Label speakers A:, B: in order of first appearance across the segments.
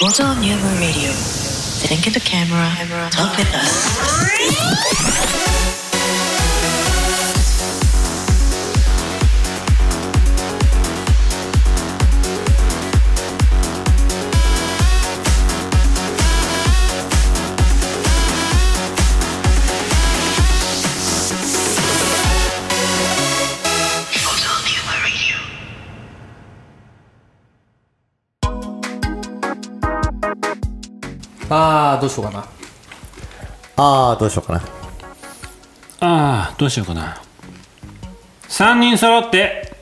A: Gozo Nuevo Radio. Didn't get the camera. Talk with us.
B: あーどうしようかな
C: ああどうしようかな
D: ああどうしようかな3人揃って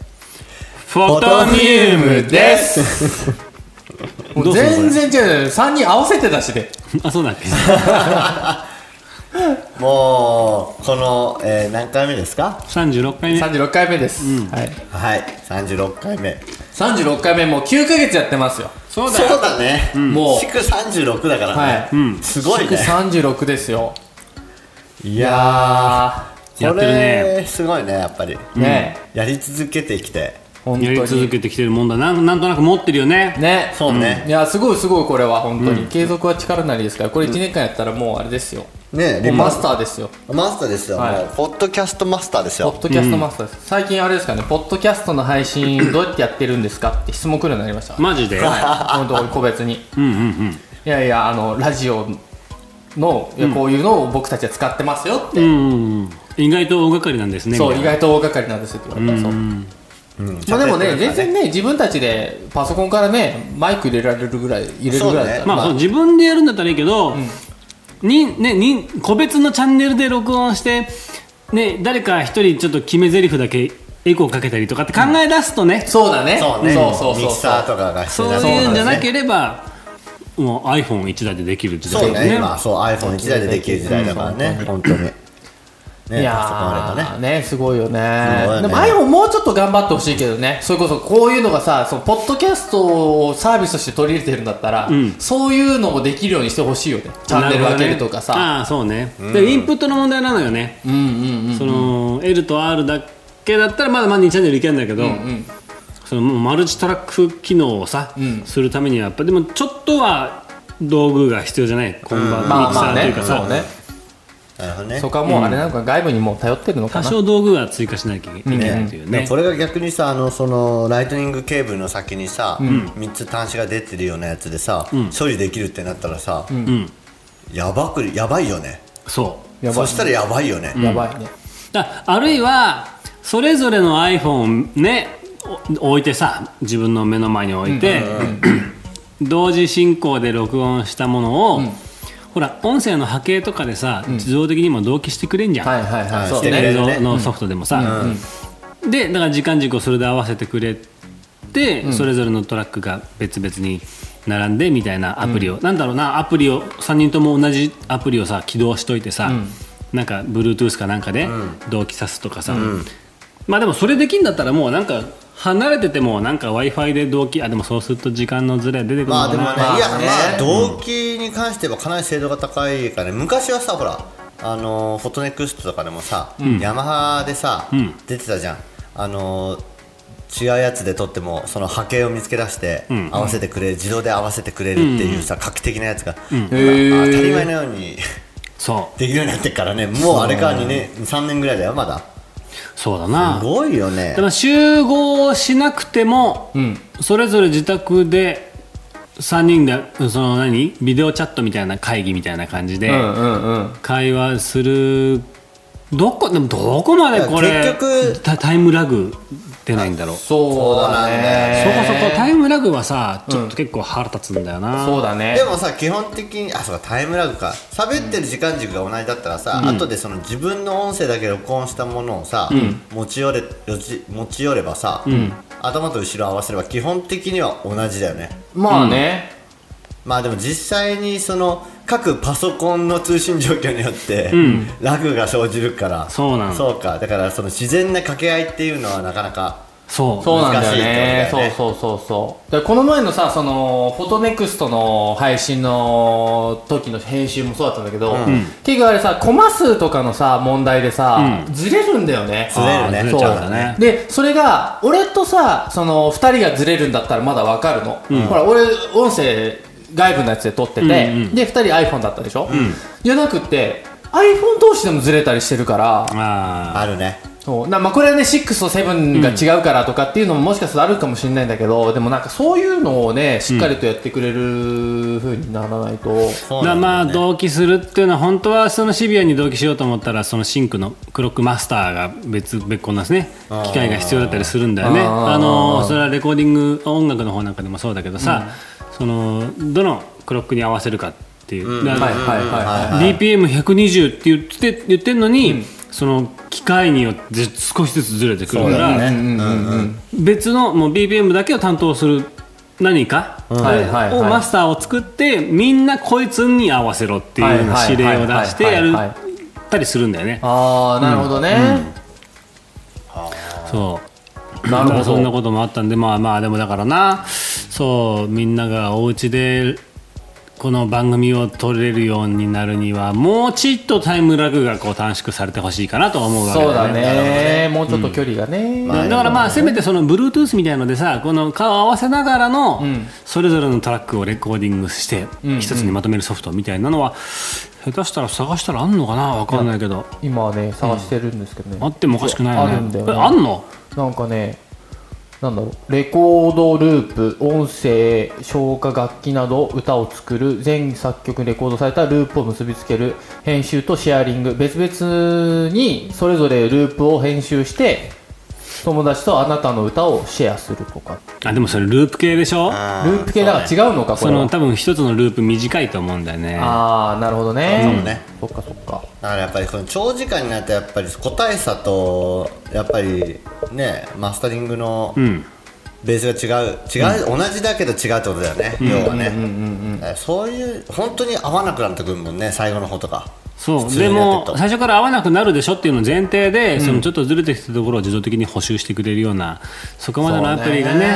D: フォトニウムです
B: もう
D: する
B: 全然違う3人合わせてたしで
D: あそうだっけ
C: もうこの、えー何回目ですか
D: 36回目
B: 36回目です、はい、
C: はい36回目
B: 36回目もう9ヶ月やってますよ
D: そうだ
C: そう
D: よ
C: だね、
B: もう
C: 祝36だからね、
B: はい、
C: すごいね
B: 36ですよ
C: いや
B: あ
C: ー
D: や
C: こ
D: ってるね
C: れすごいねやっぱり、
B: ーね
C: やり続けてきて
B: 本
D: やり
B: 当
D: 続
B: に
D: けてきてるもんだなんなんとなく持ってるよね
B: ね
C: そうね
B: いやすごいすごいこれは本当に、継続は力なりですからこれ1年間やったらもうあれですよ、
C: ね
B: もうマスタ
C: ー
B: ーですよ
C: マスターですよ、
B: はい
C: もうポッドキャストマスターです
B: ポ
C: よ
B: ッドキャストマスターです、最近あれですかねポッドキャストの配信どうやってやってるんですかって質問来るようになりました
D: マジで
B: はい、本当に個別に
D: うんうんうん
B: いやいやあのラジオのいやこういうのを僕たちは使ってますよって、
D: うんうんうん意外と大掛かりなんですね
B: そ
D: み
B: う
D: た
B: 意
D: いな
B: 外と大掛かりなんですって言われたらそう、まあでもね全然ね自分たちでパソコンからねマイク入れられるぐらい入れるぐらいだったら、
C: そうね
D: まあ、そう自分でやるんだったらいいけど、にね、に個別のチャンネルで録音して、ね、誰か一人ちょっと決め台詞だけエコーかけたりとかって考え出すとね、
B: そうだね
C: そうね
B: そうそうそう
C: ミキサーとかが必
D: そ
C: 要
D: う
C: だ
D: いうんじゃな
C: ね
D: ければ、もう iPhone1 台でできる時代
C: そう
D: だよ
C: ね
D: ね
C: 今そう iPhone1 台でできる時代だからね本当にね
B: い
C: パソコンあ
B: や
C: ればね
B: ーねすごいよね
C: ごいよね
B: でも iPhone もうちょっと頑張ってほしいけどねそれこそこういうのがさそのポッドキャストをサービスとして取り入れてるんだったら、
D: ん
B: そういうのもできるようにしてほしいよねチャンネル分けるとか
D: な
B: さ、
D: るほどねああそうね、でインプットの問題なのよね、
B: うんうんうん
D: その L と R だけだったらまだまだ2チャンネルいけるんだけど、
B: ん
D: そのもうマルチトラック機能をさ、
B: ん
D: するためにはやっぱでもちょっとは道具が必要じゃないコンバートミ
B: まあ
D: キサ
B: まあ
D: ーとい
B: ね
D: うかさ、
B: そうね
C: なるほどね
B: そこはもうあれなんか外部にもう頼ってるのか
D: 多
B: な、
D: 少道具は追加しなきゃいけないというね、
C: ねこれが逆にさあのそのライトニングケーブルの先にさ、3つ端子が出てるようなやつでさ、処理できるってなったらさ、
D: ん
C: やばくやばいよね
D: そう
B: やば
C: そ
B: い
C: したらやばいよね、
B: やばいね、
D: だあるいはそれぞれの iPhone ねお置いてさ自分の目の前に置いて、 同時進行で録音したものを、ほら音声の波形とかでさ、自動的にも同期してくれんじゃん、
B: はいはいは
C: はいい
B: そう
C: してくれ
D: 映
B: ね
C: る
D: 像のソフトでもさ、でだから時間軸をそれで合わせてくれて、それぞれのトラックが別々に並んでみたいなアプリを、なんだろうなアプリを3人とも同じアプリをさ起動しといてさ、なんか Bluetooth かなんかで同期さすとかさ、まあでもそれできんだったらもうなんか離れててもなんか w i f i で同期あでもそうすると時間のずれ出てくるの
C: まあ
D: か
C: でもね、
D: な、
C: いや、
B: まあね
C: まあ、動機に関してはかなり精度が高いからね、昔はさ、ほら、あのーフォトネクストとかでもさ、ヤマハでさ、
D: ん
C: 出てたじゃん。あのー違うやつで撮ってもその波形を見つけ出して合わせてくれる、自動で合わせてくれるっていうさ、画期的なやつが、今
B: へー
C: 当たり前のように
D: そ
C: できるようになってっからねもうあれから2年3年ぐらいだよまだ
D: うそうだな
C: すごいよね
D: だから集合しなくても、
B: ん
D: それぞれ自宅で3人でその何ビデオチャットみたいな会議みたいな感じで
B: うんうんうん
D: 会話する、どこでもどこまでこれ
C: いや結局
D: タタイムラグ出ないんだろうそこ
B: そうだね
D: そこタイムラグはさちょっと結構腹立つんだよな、
B: そうだね
C: でもさ基本的にあそうかタイムラグか喋ってる時間軸が同じだったらさ、後でその自分の音声だけ録音したものをさ、持ち寄れよち持ち寄ればさ、頭と後ろ合わせれば基本的には同じだよね
B: まあね、
C: まあでも実際にその各パソコンの通信状況によって、ラグが生じるから
D: そうなの
C: そうかだからその自然な掛け合いっていうのはなかなか
D: そう
B: そうなんだよね
C: 難しいってことだよね
B: そうそうそうそうでこの前のさそのフォトネクストの配信の時の編集もそうだったんだけど、結局あれさコマ数とかのさ問題でさ、ずれるんだよね
C: ずれるね
D: あーず
B: そう
D: れちゃうんだね
B: でそれが俺とさその2人がずれるんだったらまだわかるの、ほら俺音声外部のやつで撮ってて、
D: うんうん
B: で2人 iPhone だったでしょ、
D: ん
B: じゃなくて iPhone 同士でもずれたりしてるから、
D: あ
C: あるね
B: そうなまあ、これはね6と7が違うからとかっていうのももしかするとあるかもしれないんだけどでもなんかそういうのをねしっかりとやってくれる風にならないと、
C: そうな
D: あ、
C: んだよね
D: まあ同期するっていうのは本当はそのシビアに同期しようと思ったらそのシンクのクロックマスターが別別個なんですね機械が必要だったりするんだよね
B: あー
D: あのそれはレコーディング音楽の方なんかでもそうだけどさ、そのどのクロックに合わせるかっていう、だから
B: はいはいはいはい、
C: はい
D: DPM120 って言って言ってんのに、その機械によって少しずつずれてくるから、
B: うんうんうん
D: 別のもう BPM だけを担当する何かを
B: はいはいはい
D: マスターを作ってみんなこいつに合わせろっていう
B: はいはいはい
D: 指令を出して
B: はい
D: や
B: はい
D: る
B: はい
D: たりするんだよね。
B: ああなるほどね、
D: そう
B: なるほど
D: だからそんなこともあったんでまあまあでもだからなそうみんながお家でこの番組を撮れるようになるにはもうちっとタイムラグがこう短縮されてほしいかなと思うわけだ
B: そう
D: よ
B: だ
D: ね
B: ねもうちょっと距離がね、
C: まあ
D: だからまあせめてその Bluetooth みたいのでさこの顔を合わせながらの
B: ん
D: それぞれのトラックをレコーディングして
B: うん
D: 一つにまとめるソフトみたいなのは下手したら探したらあんのかなわかんないけど
B: 今はね探してるんですけどね、
D: あってもおかしくないよね
B: あるんだよね
D: えあんの
B: なんかねなんだろうレコードループ音声消化楽器など歌を作る全作曲にレコードされたループを結びつける編集とシェアリング別々にそれぞれループを編集して友達とあなたの歌をシェアするとか
D: あでもそれループ系でしょ
C: あ
B: ループ系だから
C: そうね
B: 違うのかこ
D: そ
B: れ
D: の
B: は
D: 多分一つのループ短いと思うんだよね
B: ああなるほど
C: そうだ
B: ね
C: ね
B: そっかそっか
C: だからやっぱりその長時間になるとやっぱり個体差とやっぱりねマスタリングの
D: うん
C: ベースが違う違う、同じだけど違うってことだよね、要はね、だからそういう本当に合わなくなってくるもんね最後の方とか
D: そう
C: 普通に
D: で
C: やって
D: も
C: ると
D: 最初から合わなくなるでしょっていうのを前提で、そのちょっとずれてきたところを自動的に補修してくれるようなそこまでのアプリがね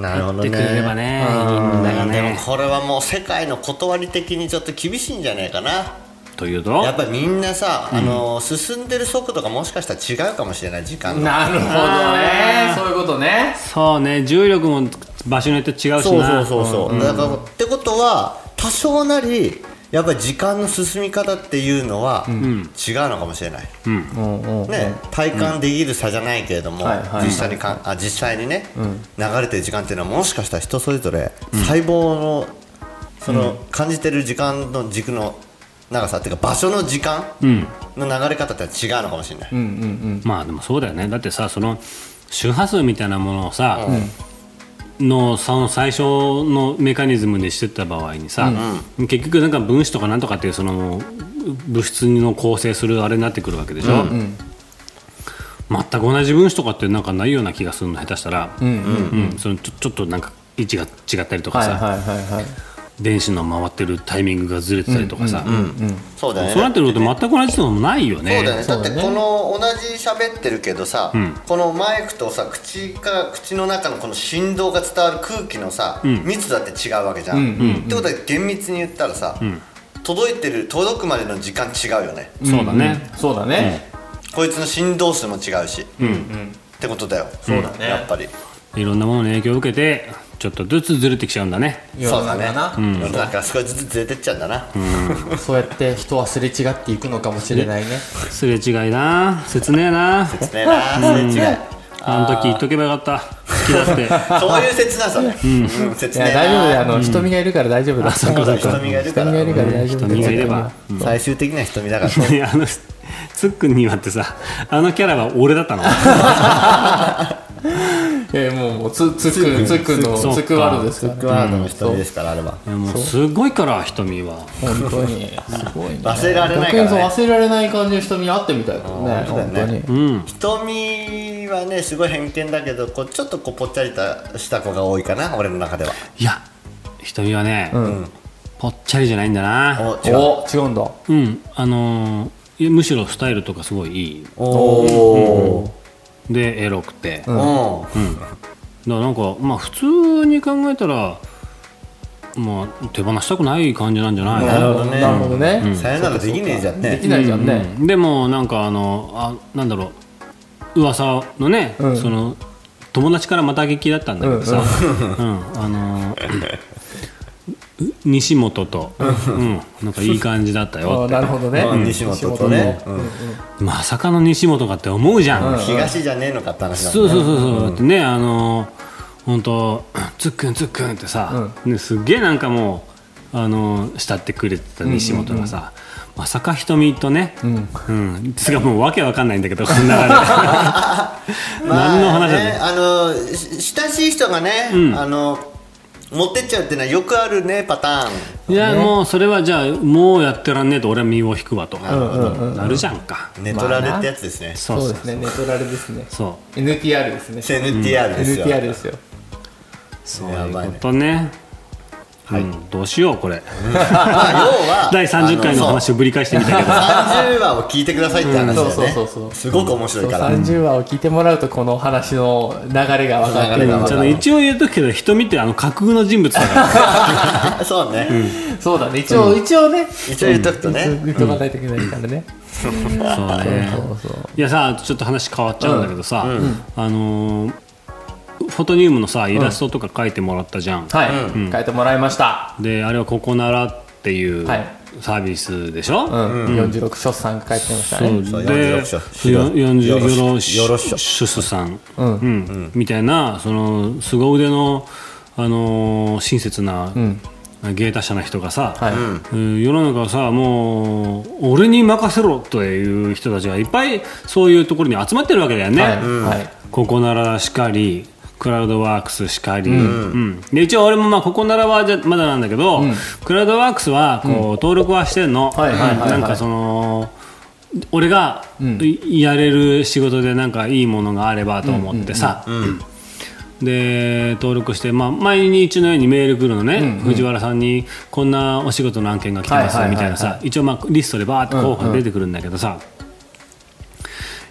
C: なるほ
D: やっ
C: ど
D: て
C: ね
D: くれればねいいんだよ
C: でも
D: ね
C: これはもう世界の断り的にちょっと厳しいんじゃないかな
D: というと
C: やっぱりみんなさ、あの進んでる速度がもしかしたら違うかもしれない時間が
B: なるほどねそういうことね
D: そうね重力も場所によって違うしな
C: そうそうそうそう、だからってことは多少なりやっぱり時間の進み方っていうのは違うのかもしれない、
B: うんうん
C: ね、体感できる差じゃないけれども、
B: はいはい
C: 実際にかんあ実際にね、流れてる時間っていうのはもしかしたら人それぞれ細胞のその感じてる時間の軸の長さっていうか場所の時間
D: ん
C: の流れ方ってのは違うのかもしれない、
B: うんうんうん
D: まあでもそうだよねだってさその周波数みたいなものをさ、のその最初のメカニズムでしてった場合にさ、結局なんか分子とかなんとかっていうその物質の構成するあれになってくるわけでしょ、全く同じ分子とかってなんかないような気がするの下手したら、うんそのちょちょっとなんか位置が違ったりとか
B: はい
D: さ、
B: はいはいはい
D: 電子の回ってるタイミングがずれてたりとかさ、
C: そうだよね
D: そうなってくると全く同じのもないよね
C: そうだよねだ
B: う
C: っ
B: だ
C: て
B: ね
C: この同じ喋ってるけどさ、このマイクとさ口から口の中のこの振動が伝わる空気のさ、密度だって違うわけじゃん,、ってことは厳密に言ったらさ、届いてる届くまでの時間違うよね
D: そうだね
B: うんそうだね、
C: こいつの振動数も違うし、ってことだよそうだねやっぱり
D: いろんなものに影響を受けてちょっとずつずれてきちゃうんだね
B: 世
C: そ
B: の
C: うだ
B: 中だ
C: ね
B: な、
C: 世の中が少しずつずれてっちゃうんだな、
B: そうやって人はすれ違っていくのかもしれないね
D: すれ違いな切ねえな
C: ねえなそれ違う
D: あの時言っとけばよかった好きだって
C: そういう切なさね、うん、切
B: い
C: ね
B: や
C: えな
B: 大丈夫だよあの、瞳がいるから大丈夫だ
D: そっかそっか
C: 瞳がいるから
B: 瞳がいるから大丈夫だよ
D: 瞳がいれば
C: 最終的には瞳だから
D: いやあのつっくんにはってさあのキャラは俺だったの
B: いやもうもうつつくつくの
D: そっ
B: つ
D: か
B: くワールドですから
C: クワードの瞳ですからあれば
D: もうすごいから瞳は
B: 本当にすごいね
C: 忘れられない
B: 逆に
C: からね
B: そう忘れられない感じの瞳に会ってみたいからね
C: そうだよ
B: 本当に
C: ね瞳はねすごい偏見だけどこうちょっとこうぽっちゃりとした子が多いかな俺の中ではい
D: や瞳はね、ぽっちゃりじゃないんだな
C: お違う
B: お違うんだ
D: うんあのーいやむしろスタイルとかすごいいい
B: おおー
D: でエロくて、
C: お
D: だからなんかまあ普通に考えたらまあ手放したくない感じなんじゃない
C: なるほどね
B: なるほどね、
C: さよならできねえじゃん
B: で
C: ね
B: きないじゃんね、
D: うんでもなんかあのあなんだろう噂のね、
B: ん
D: その友達からまた激だったんだけどさ、うんあの西本と、うん、なんかいい感じだったよ
B: あ
D: っ
B: ー
D: て
B: なるほどね、
C: うん西本とね
B: 西本も
D: まさかの西本かって思うじゃん、
C: 東じゃねえのかって話だ
D: そ
C: も
D: うん
C: ね
D: そうそうそう、だってねあの本当つっくんつっくんってさ、ね、すっげえなんかもうあの慕ってくれてた西本がさ、まさか瞳とね、うん、つがもうわけわかんないんだけど、この 流れ。何の話だ
C: ね
D: ね。
C: あのし親しい人がね、あの持ってっちゃうっていうのはよくあるねパターン
D: いや、もうそれはじゃあ、もうやってらんねえと、俺は身を引くわと。なるじゃんか。
C: 寝取られってやつですね、
D: そう
B: そ
D: そうう
B: ですねネトラルですね
D: そう。
B: NTR ですね
C: NTR ですよ、
B: NTR ですよ
D: そう
C: やばいね
D: いうことね。うんどうしよう、これ。
C: まあ要は
D: 第30回の話をぶり返してみたけど。
C: 30話を聞いてくださいって話だよ
B: そう
C: ね
B: そうそうそう
C: すごく面白いから、
B: 30話を聞いてもらうとこの話の流れが分かって
C: 流
B: く
C: れ
B: る
C: が分
D: じ
C: か
D: ゃ
C: る
D: あね一応言うとくけど人見てあの架空の人物だ か
C: そうね、
B: そうだね一応、一応ね
C: 一応言っとくとね、
B: 言っとかないといけないからね、
D: らそうね
B: そうそう
D: いやさちょっと話変わっちゃうんだけどさ、あのーフォトニウムのさイラストとか描いてもらったじゃん、
B: はい、変えてもらいました
D: であれはここならっていう
B: はい
D: サービスでしょ、
B: うん、46ショスさんが書いてました
D: そ
B: ね
D: う
C: そう
D: で
C: 46章
D: よ40
C: よろし
D: よろし
C: よろし
D: シュスさん、
B: ん
D: うんみたいなその凄腕の、あのー親切な、芸達者な人がさ、
B: はい、
D: うん世の中はさもう俺に任せろという人たちがいっぱいそういうところに集まってるわけだよね、
B: はい、はい
D: ここならしかりクラウドワークスしかり、うんで一応俺もまあここならはじゃまだなんだけど、クラウドワークスはこう、登録はしてんの、
B: はいはいはいはい
D: なんかその俺がいやれる仕事でなんかいいものがあればと思ってさ、で登録して、まあ、毎日のようにメール来るのね、藤原さんにこんなお仕事の案件が来てます
B: はいはいはいはい
D: みたいなさ、一応まあリストでバーって候補が出てくるんだけどさ、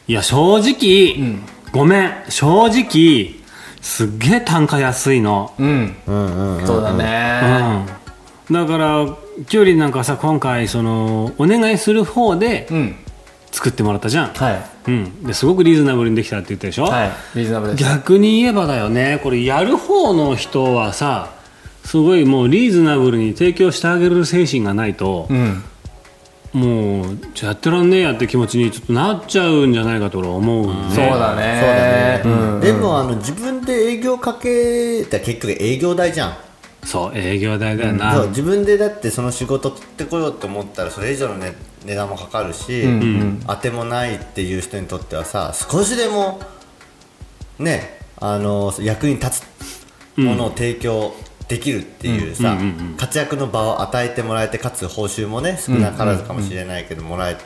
D: いや正直、ごめん正直すっげえ単価安いの、
B: うん、そうだね、
D: うんだからきゅうりなんかさ今回そのお願いする方で
B: うん
D: 作ってもらったじゃん、
B: はい
D: うん、ですごくリーズナブルにできたって言ったでしょ、
B: はいリーズナブルです
D: 逆に言えばだよねこれやる方の人はさすごいもうリーズナブルに提供してあげる精神がないと
B: う、ん
D: もうちょやってらんねえやって気持ちにちょっとなっちゃうんじゃないかと俺は思うね、
B: そうだね
C: そうだね
B: うん
C: でもあの自分で営業かけたら結局営業代じゃん
D: そう営業代だよな、
C: そう自分でだってその仕事取ってこようと思ったらそれ以上の、ね、値段もかかるし、当てもないっていう人にとってはさ少しでもねあの役に立つものを提供できるっていうさ、活躍の場を与えてもらえてかつ報酬もね少なからずかもしれないけどもらえ,、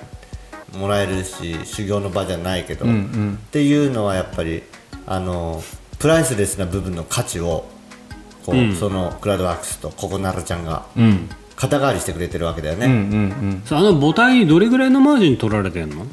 C: もらえるし修行の場じゃないけど、っていうのはやっぱりあのプライスレスな部分の価値をこう、そのクラウドワークスとここならちゃんが肩代わりしてくれてるわけだよね、
B: うんうん
D: そうあの母体にどれぐらいのマージン取られてんの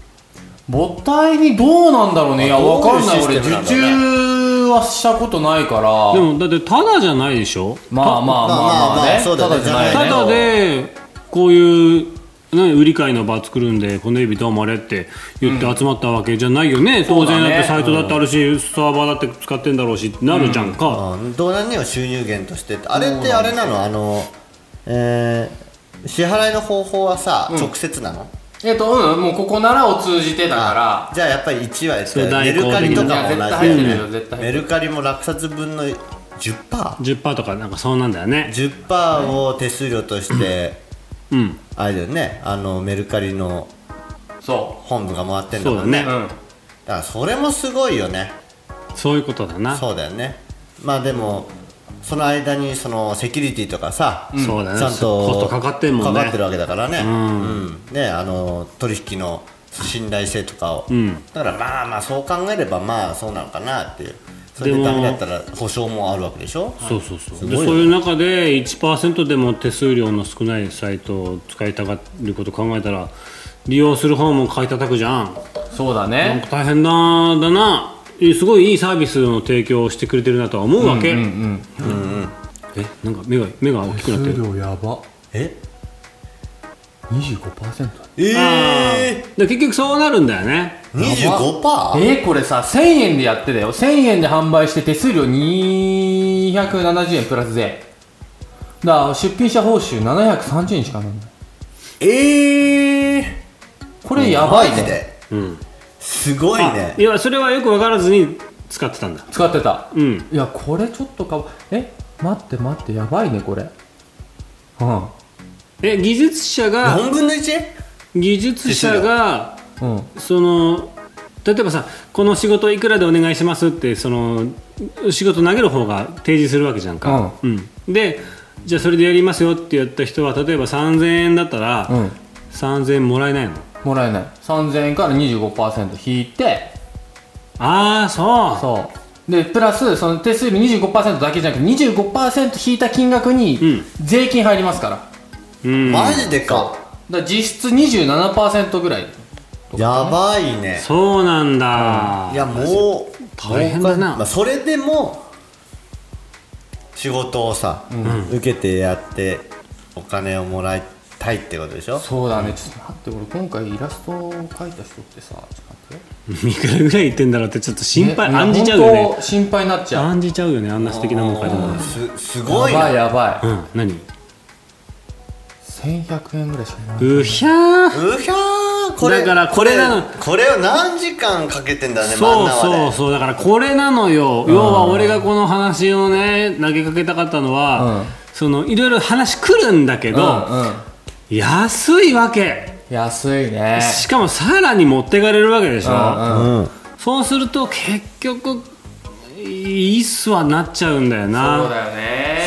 B: 母体にどうなんだろうねいやわ
C: どうい
B: か
C: う
B: んない俺
C: システムなん
B: 受
C: だろうね
B: 注はしたことないから
D: でもだってただじゃないでしょ
B: まあまあまあまあ
C: まあまあ
B: ね
C: そうだね
B: ただじゃないね
D: ただでこういう、ね、売り買いの場作るんでこのエビどうもあれって言って集まったわけじゃないよね、当然だってサイトだってあるし、サーバーだって使ってんだろうしってなるじゃんか、
C: うん、どうなんには収入源としてあれってあれなのあの、えー支払いの方法はさ、直接なの
B: えっとうんもうここならを通じてだから
C: じゃあやっぱり1割
D: そう
C: メ
D: 代行
C: ルカリとかも
B: 的な
C: 同じだよ
B: うん絶対入って
C: ね
B: るよ絶対入って
C: メ
B: る
C: ルカリも落札分の 10%10%
D: 10%とかなんかそうなんだよね
C: を手数料として、
D: うん
C: あれだよねあのメルカリの
B: そ
C: 本部が回ってんだ
D: そう
C: も
D: だ
C: んね
D: ね、
B: ううん
C: だからそれもすごいよね
D: そういうことだな
C: そうだよねまあでもその間にそのセキュリティとかさ、
D: そうだね
C: ちゃんと
D: コストかかってんもんね
C: かかってるわけだからね,、うんねあの取引の信頼性とかを、
D: ん
C: だからまあまあそう考えればまあそうなのかなっていうそれ
D: で
C: で
D: も
C: ダメだったら保証もあるわけでしょ
D: そうそうそう
C: す
D: で
C: ごい
D: そ
C: よ
D: ういう中で1%でも手数料の少ないサイトを使いたがること考えたら利用する方も買い叩くじゃん
B: そうだ
D: なん
B: ね
D: か大変なだないすごいいいサービスの提供をしてくれてるなとは思うわけ、えなんか目が目が大きくなってる
B: 量やば
C: え
B: 25%
C: え
D: で結局そうなるんだよね
C: ー、25%?
B: えー、これさ1000円でやってたよ1000円で販売して手数料270円プラス税だから出品者報酬730円しかないんだ
C: ええ
B: これやばい
C: マジ
B: ね
C: で
D: うん
C: すごいね
D: いやそれはよく分からずに使ってたんだ
B: 使ってた
D: うん
B: いやこれちょっとかわえ待って待ってやばいねこれうん
D: え技術者が
C: 4分の 1?
D: 技術者が
B: うん
D: その例えばさこの仕事いくらでお願いしますってその仕事投げる方が提示するわけじゃんか、うんでじゃあそれでやりますよってやった人は例えば3000円だったら、
B: うん
D: 3000円もらえないの
B: もらえない3000円から25%引いて
D: ああそう
B: そうでプラスその手数料25%だけじゃなくて25%引いた金額に税金入りますから、
D: うん
C: マジでか
B: だから実質27%ぐらい
C: やばいね
D: そうなんだ、
C: いやもう
D: 大変
C: も
D: だな
C: うかまあ、それでも仕事をさ、受けてやってお金をもらいたいってことでしょ
B: そうだねちょっと待って俺今回イラストを描いた人ってさちょっと待って
D: いくらぐらい言ってんだろうってちょっと心配、
B: ね
D: 案じちゃうよ
B: いや
D: ね
B: 本当心配になっちゃう
D: 案じちゃうよねあんな素敵なもん書いてもらって
C: すす
B: や
C: ご
B: ば
C: い
B: い
C: な
B: やばい、
D: うん何
B: 1100円ぐらいしかないう
D: ひゃー
C: うひゃーこれ
D: だからこれなの
C: これこれを何時間かけてんだね真ん
D: そう
C: 中で
D: そうそうだからこれなのよ要は俺がこの話をね投げかけたかったのは、
B: うん
D: そのいろいろ話来るんだけど、
B: うんうん
D: 安いわけ
B: 安いね
D: しかもさらに持ってかれるわけでしょ、
B: うんうん、
D: そうすると結局いいっすわなっちゃうんだよ
B: そう
D: な
B: だよね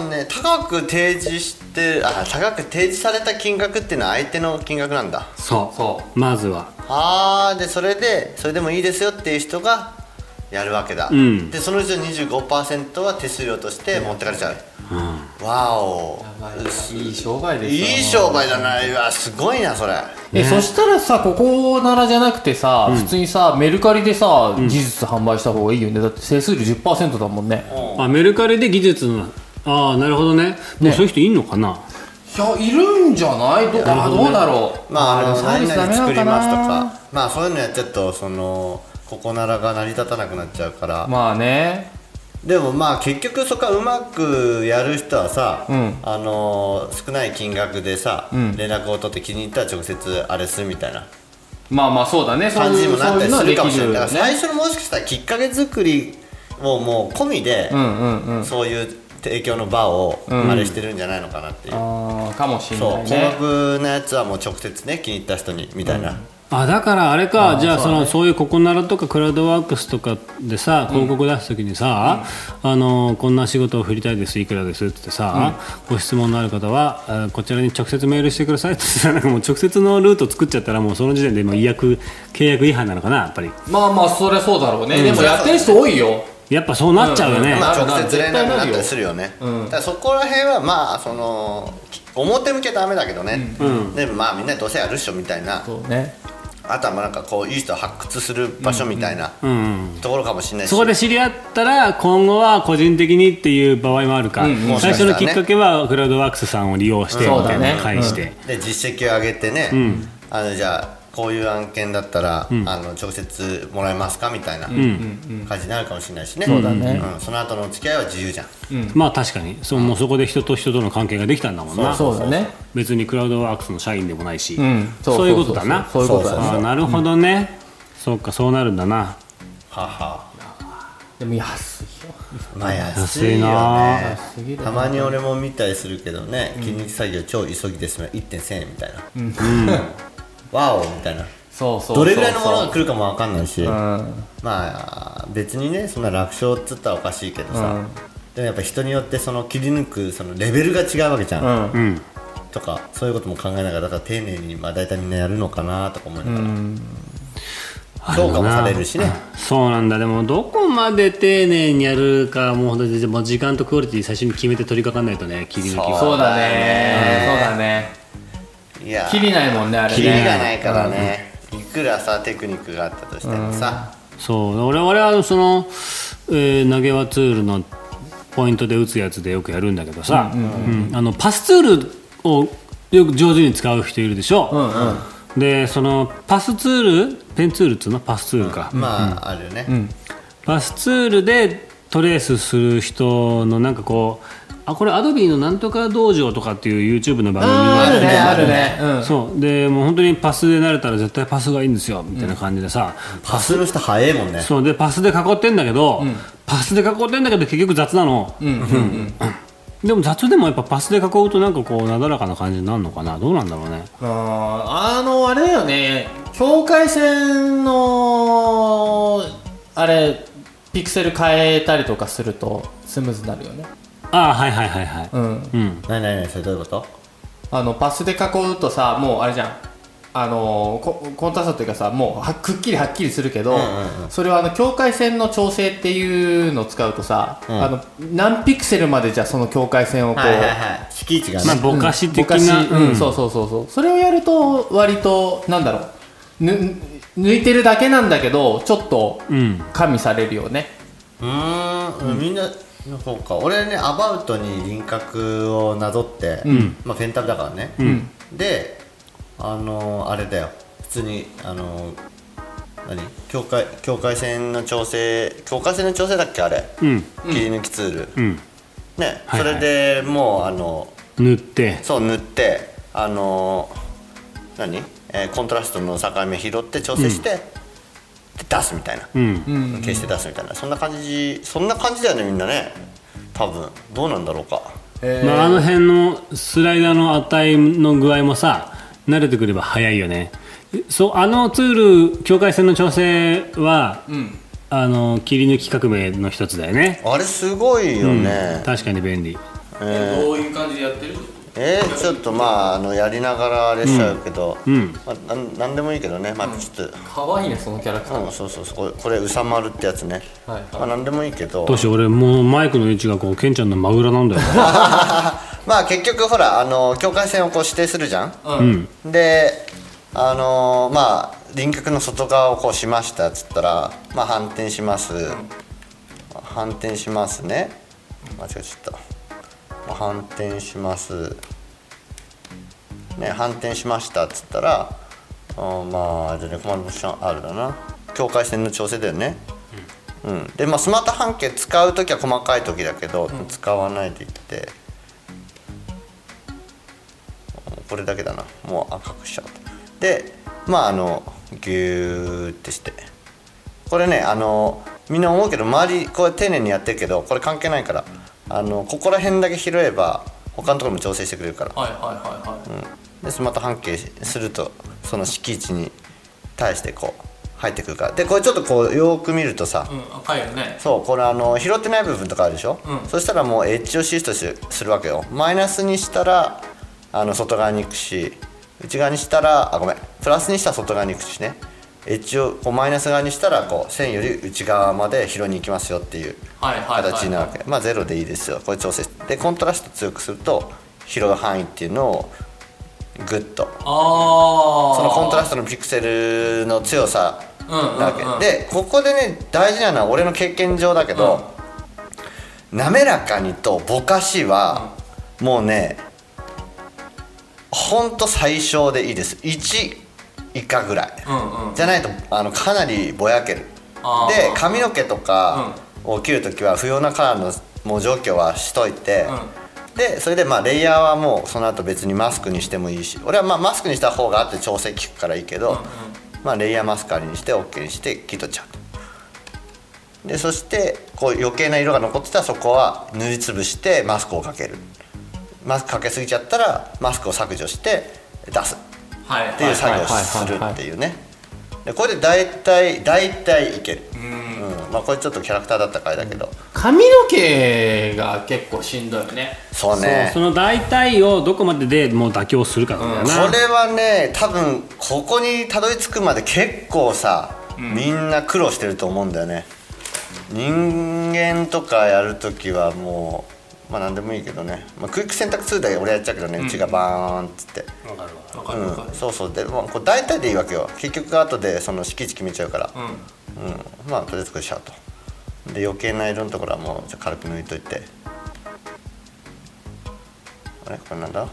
C: そうね高く提示してあ高く提示された金額っていうのは相手の金額なんだ
D: そう
B: そ
D: まずは
C: あーでそれでそれでもいいですよっていう人がやるわけだ、
D: ん
C: でそのうちの25%は手数料として持ってかれちゃう、わお
B: いい商売です
C: い
B: よ
C: い商売だなうわすごいなそれ
B: えそしたらさここならじゃなくてさ、普通にさメルカリでさ技術販売した方がいいよねだって整数率10%だもんね
D: あメルカリで技術のああなるほどねもうそういう人いんのかない
B: やいるんじゃないどうあどうだろう
C: まああの
B: サービ
C: 何
B: スダメな
C: 々作
B: の
C: り
B: か
C: ますと
B: な
C: かまあそういうのやっちゃうとそのここならが成り立たなくなっちゃうから、
B: まあね
C: でもまあ結局そこはうまくやる人はさ、
B: ん
C: あのー少ない金額でさ、連絡を取って気に入ったら直接あれするみたいな
B: まあまあそうだねそう
C: 感じ
B: い
C: にも
B: う
C: な
B: そ
C: っ
B: ういう
C: たり
B: のは
C: する
B: で
C: かもし
B: き
C: れない
B: る
C: だから
B: ね
C: 最初のもしかしたらきっかけ作りをもう込みで、
B: うんうんうん
C: そういう提供の場をあれしてるんじゃないのかなっていう、
B: あーかもしれ
C: そう
B: ない
C: 高
B: ね
C: 額なやつはもう直接ね気に入った人にみたいな、
D: あだからあれかじゃあそのそういうココナラとかクラウドワークスとかでさ広告出す時にさ、あのこんな仕事を振りたいですいくらですってさ、ご質問のある方はあこちらに直接メールしてくださいって さなんかもう直接のルート作っちゃったらもうその時点でもう違約契約違反なのかなやっぱり
B: まあまあそりゃそうだろうね、でもやってる人多いよ
D: やっぱそうなっちゃうよね、
B: うんうん
C: まあ
B: なるなる
C: 直接連絡になったりするよね、
B: うん
C: だからそこら辺はまあそのき表向けダメだけどね、でもまあみんなどうせやるっしょみたいな
B: そうね
C: あとはまあなんかこういい人発掘する場所みたいな
D: うんうん
C: ところかもしれないし、
D: そこで知り合ったら今後は個人的にっていう場合もあるか、
B: うん
C: うん
D: 最初のきっかけはクラウドワークスさんを利用してみ
B: そう
D: た
B: だ
D: い
B: ね
D: な返して、
C: で実績を上げてね、あのじゃあこういう案件だったら、あの直接もらえますかみたいな感じになるかもしれないしね、うん
B: うだね
C: その後のお付き合いは自由じゃん、
D: まあ確かにそうもうそこで人と人との関係ができたんだもんな
B: そうだね
D: 別にクラウドワークスの社員でもないし、
B: うん
D: そういうことだな
B: そういうことだ
C: そ
B: ね
C: うそう
D: ああなるほどね、そうかそうなるんだな
C: はは
B: でも安いよ
C: まあ安いよね
B: 安いな
C: たまに俺も見たりするけどね筋肉作業超急ぎですね1.1000円みたいな、わおみたいな
B: そうそうそうそう
C: どれぐらいのものが来るかも分かんないし、
B: うん
C: まあ別にねそんな楽勝っつったらおかしいけどさ、
B: うん
C: でもやっぱ人によってその切り抜くそのレベルが違うわけじゃん、
B: うん
D: うん
C: とかそういうことも考えながらだから丁寧にまあ大体みんなやるのかなとか思いながら、評価もされるしね
D: そうなんだでもどこまで丁寧にやるかもう本当にもう時間とクオリティ最初に決めて取り掛かんないとね切り抜きは
B: そうだねそうだね
C: いや
B: 切りないもんねあれね
C: キリがないからね、いくらさテクニックがあったとしてもさ、
D: そう俺俺はその、えー投げ輪ツールのポイントで打つやつでよくやるんだけどさ、うんあのパスツールをよく上手に使う人いるでしょ、
B: うんうん
D: でそのパスツールペンツールっつうのパスツールか、
C: まあ、あるよね、
D: パスツールでトレースする人のなんかこうあこれアドビーのなんとか道場とかっていう YouTube の番組が
B: あーあるね
C: あ
B: あ
C: る
B: る
C: ね
B: ねうん
D: そうでもう本当にパスで慣れたら絶対パスがいいんですよみたいな感じでさ、
C: パスの人早いもんね
D: そうでパスで囲ってんだけど、パスで囲ってんだけど結局雑なの、でも雑でもやっぱパスで囲うとなんかこうなだらかな感じになるのかなどうなんだろうね
B: あーあのあれだよね境界線のあれピクセル変えたりとかするとスムーズになるよね
D: ああはいはいはいはい
B: うん
D: うん
C: 何何何それどういうこと
B: あのパスで囲うとさもうあれじゃんあのココントラストというかさもうはくっきりはっきりするけど、
C: うんうん
B: それはあの境界線の調整っていうのを使うとさ、
C: ん
B: あの何ピクセルまでじゃあその境界線をこう、
C: はいはいはい敷地が
D: まあ
C: ね
D: ぼかし
B: ぼ
D: 的
B: かし
D: な、
B: うんそうそうそうそうそれをやると割となんだろうぬ抜いてるだけなんだけどちょっと
D: うん
B: 加味されるよね、
C: うーんみんなそうか俺ねアバウトに輪郭をなぞってまあペンタブだからねであのあれだよ普通にあの何境界境界線の調整境界線の調整だっけあれ
D: うん
C: 切り抜きツール
D: うん
C: ね
D: はい
C: そ
D: はい
C: れでもうあの
D: 塗って
C: そう塗ってあのー何、えーコントラストの境目拾って調整して、で出すみたいな、
D: うん
C: 消して出すみたいなそんな感じそんな感じだよねみんなね多分どうなんだろうか
B: えー
D: まあ、あの辺のスライダーの値の具合もさ慣れてくれば早いよねそうあのツール境界線の調整は、
B: ん
D: あの切り抜き革命の一つだよね
C: あれすごいよね、
D: 確かに便利
B: どういう感じでやってる
C: えー、ちょっとまああのやりながらあれしちゃうけど、
D: うんうん
C: まあ、なんなんでもいいけどねまあちょっと、
B: 可愛いねそのキャラクター、
C: うんそうそうそうこれこれうさまるってやつね、
B: はい
C: まあなんでもいいけど
D: どうしよう俺もうマイクの位置がこうケンちゃんの真裏なんだよ
C: まあ結局ほらあの境界線をこう指定するじゃん、
D: うん
C: であのーまあ輪郭の外側をこうしましたっつったらまあ反転します、反転しますね間違えちゃった、まあ反転しますね反転しましたっつったらうんまああれだねコマンドオプションあるだな境界線の調整だよねうん、でまあスマート半径使う時は細かい時だけど、使わないでいってこれだけだなもう赤くしちゃうでまああのギューってしてこれねあのみんな思うけど周りこれ丁寧にやってるけどこれ関係ないからあのここら辺だけ拾えば他のところも調整してくれるから
B: はいはいはいはい、
C: でスマート半径するとその敷地に対してこう入ってくるからでこれちょっとこうよーく見るとさ、
B: うん、赤いよね
C: そうこれあの拾ってない部分とかあるでしょ、
B: うん
C: そしたらもうエッジをシフトしするわけよマイナスにしたらあの外側に行くし内側にしたらあごめんプラスにしたら外側に行くしねエッジをこうマイナス側にしたらこう線より内側まで拾いに行きますよっていう
B: はいはいはい
C: 形になるわけ、まあゼロでいいですよこれ調整してでコントラスト強くすると拾う範囲っていうのをグッと
B: ああ
C: そのコント
B: ラ
C: ラストのピクセルの強さなわけ、
B: うんうんうん
C: でここでね大事なのは俺の経験上だけど、滑らかにとぼかしは、もうねほんと最小でいいです1以下ぐらい、
B: うんうん
C: じゃないとあのかなりぼやけるで
B: あー
C: 髪の毛とかを切る時は不要なカラーのもう除去はしといて、でそれでまあレイヤーはもうその後別にマスクにしてもいいし俺はまあマスクにした方があって調整効くからいいけど、まあ、レイヤーマスカラにして OK にして切っとっちゃうとでそしてこう余計な色が残ってたらそこは塗りつぶしてマスクをかけるマスクかけすぎちゃったらマスクを削除して出す
B: はいはい
C: っていう作業をするっていうねでこれで大体大体いけるうんまあこれちょっとキャラクターだったからあれだけど
B: 髪の毛が結構しんどいよね
C: そう
D: そ う
C: ね
D: その大体をどこまででもう妥協するかだよ
C: こ
D: な、
C: れはね多分ここにたどり着くまで結構さみんな苦労してると思うんだよね人間とかやるときはもうまあ何でもいいけどね、まあ、クイック選択2だけ俺やっちゃうけどねうちがバーンっつって、
B: わかるわかる、
C: そうそうでもうこれ大体でいいわけよ結局後でその敷地決めちゃうから、
B: うん
C: うん、まあとりあえずこれしちゃうとで余計な色のところはもうちょっと軽く抜いといてあれこれなんだうん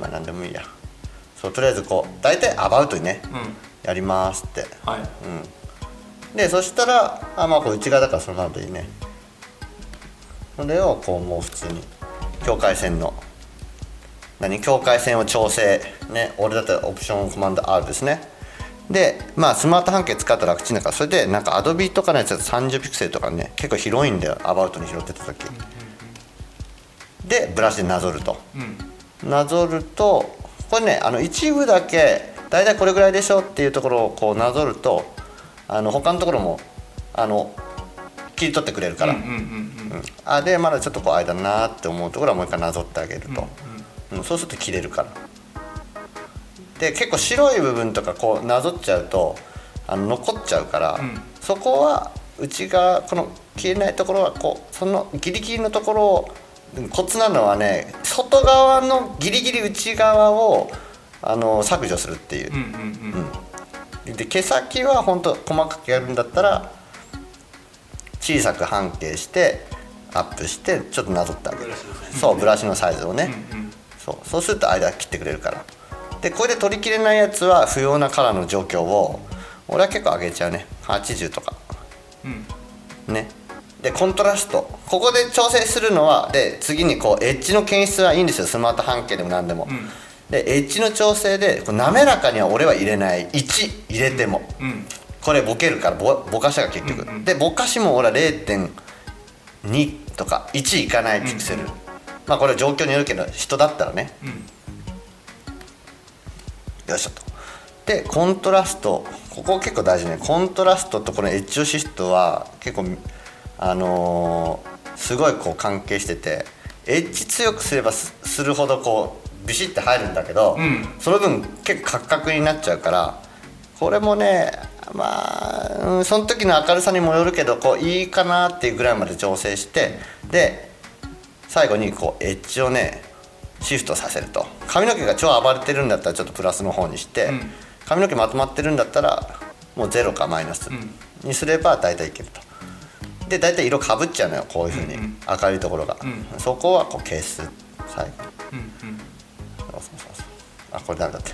C: まあ何でもいいやそうとりあえずこう大体アバウトにね、やりますって
B: はい、
C: でそしたらあまあこれ内側だからそのままでいいねそれをこうもう普通に境界線の何境界線を調整ね俺だったらオプションコマンド R ですねでまあスマート半径使ったら楽ちんだからそれでなんかアドビとかのやつだと30ピクセルとかね結構広いんだよアバウトに拾ってた時でブラシでなぞると、なぞるとこれねあの一部だけ大体これぐらいでしょっていうところをこうなぞるとあの他のところもあの切り取ってくれるから、うんあでまだちょっとこう間だなって思うところはもう一回なぞってあげると、うんそうすると切れるからで結構白い部分とかこうなぞっちゃうとあの残っちゃうから、そこは内側この切れないところはこうそのギリギリのところをうんコツなのはね外側のギリギリ内側をあの削除するっていう、で毛先は本当細かくやるんだったら小さく半径してアップしてちょっとなぞってあげるそうブラシのサイズをね、そうそうすると間切ってくれるからでこれで取りきれないやつは不要なカラーの状況を俺は結構上げちゃうね80とか、ねでコントラストここで調整するのはで次にこうエッジの検出はいいんですよスマート半径でも何でも、でエッジの調整でこう滑らかには俺は入れない1入れても、これボケるからぼぼかしたが結局、でぼかしも俺は0.2とか1いかないピクセル、まあこれは状況によるけど人だったらね、よいしょとでコントラストここ結構大事ねコントラストとこのエッジオシストは結構あのーすごいこう関係しててエッジ強くすればすするほどこうビシッて入るんだけど、その分結構カクカクになっちゃうからこれもねまあ、うん、その時の明るさにもよるけどこういいかなっていうぐらいまで調整してで最後にこうエッジをねシフトさせると髪の毛が超暴れてるんだったらちょっとプラスの方にして、髪の毛まとまってるんだったらもうゼロかマイナスにすれば大体いけると。で大体色かぶっちゃうのよこういうふうに、明るいところが、そこはこう消す最後、そうそうそうそうあこれなんだって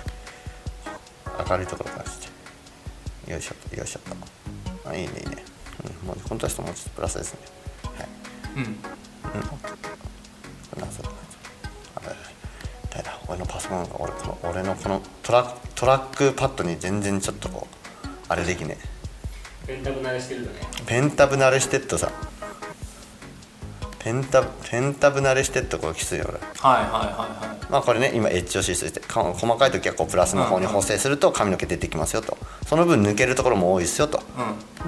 C: 明るいところからしてよいしょとよいしょとあいいねいいね、うん、もうコントラストもうちょっとプラスですねはいうんうん OK これなんすかあれだいだ俺のパソコンが俺この俺のこのトラトラックパッドに全然ちょっとこうあれできねえ
D: ペンタブ慣れしてるよね
C: ペンタブ慣れしてっとさペンタペンタブ慣れしてっとこれきついよ俺
B: はいはいはい
C: まあこれね今エッジを指数してか細かい時はこうプラスの方に補正すると髪の毛出てきますよとその分抜けるところも多いですよと、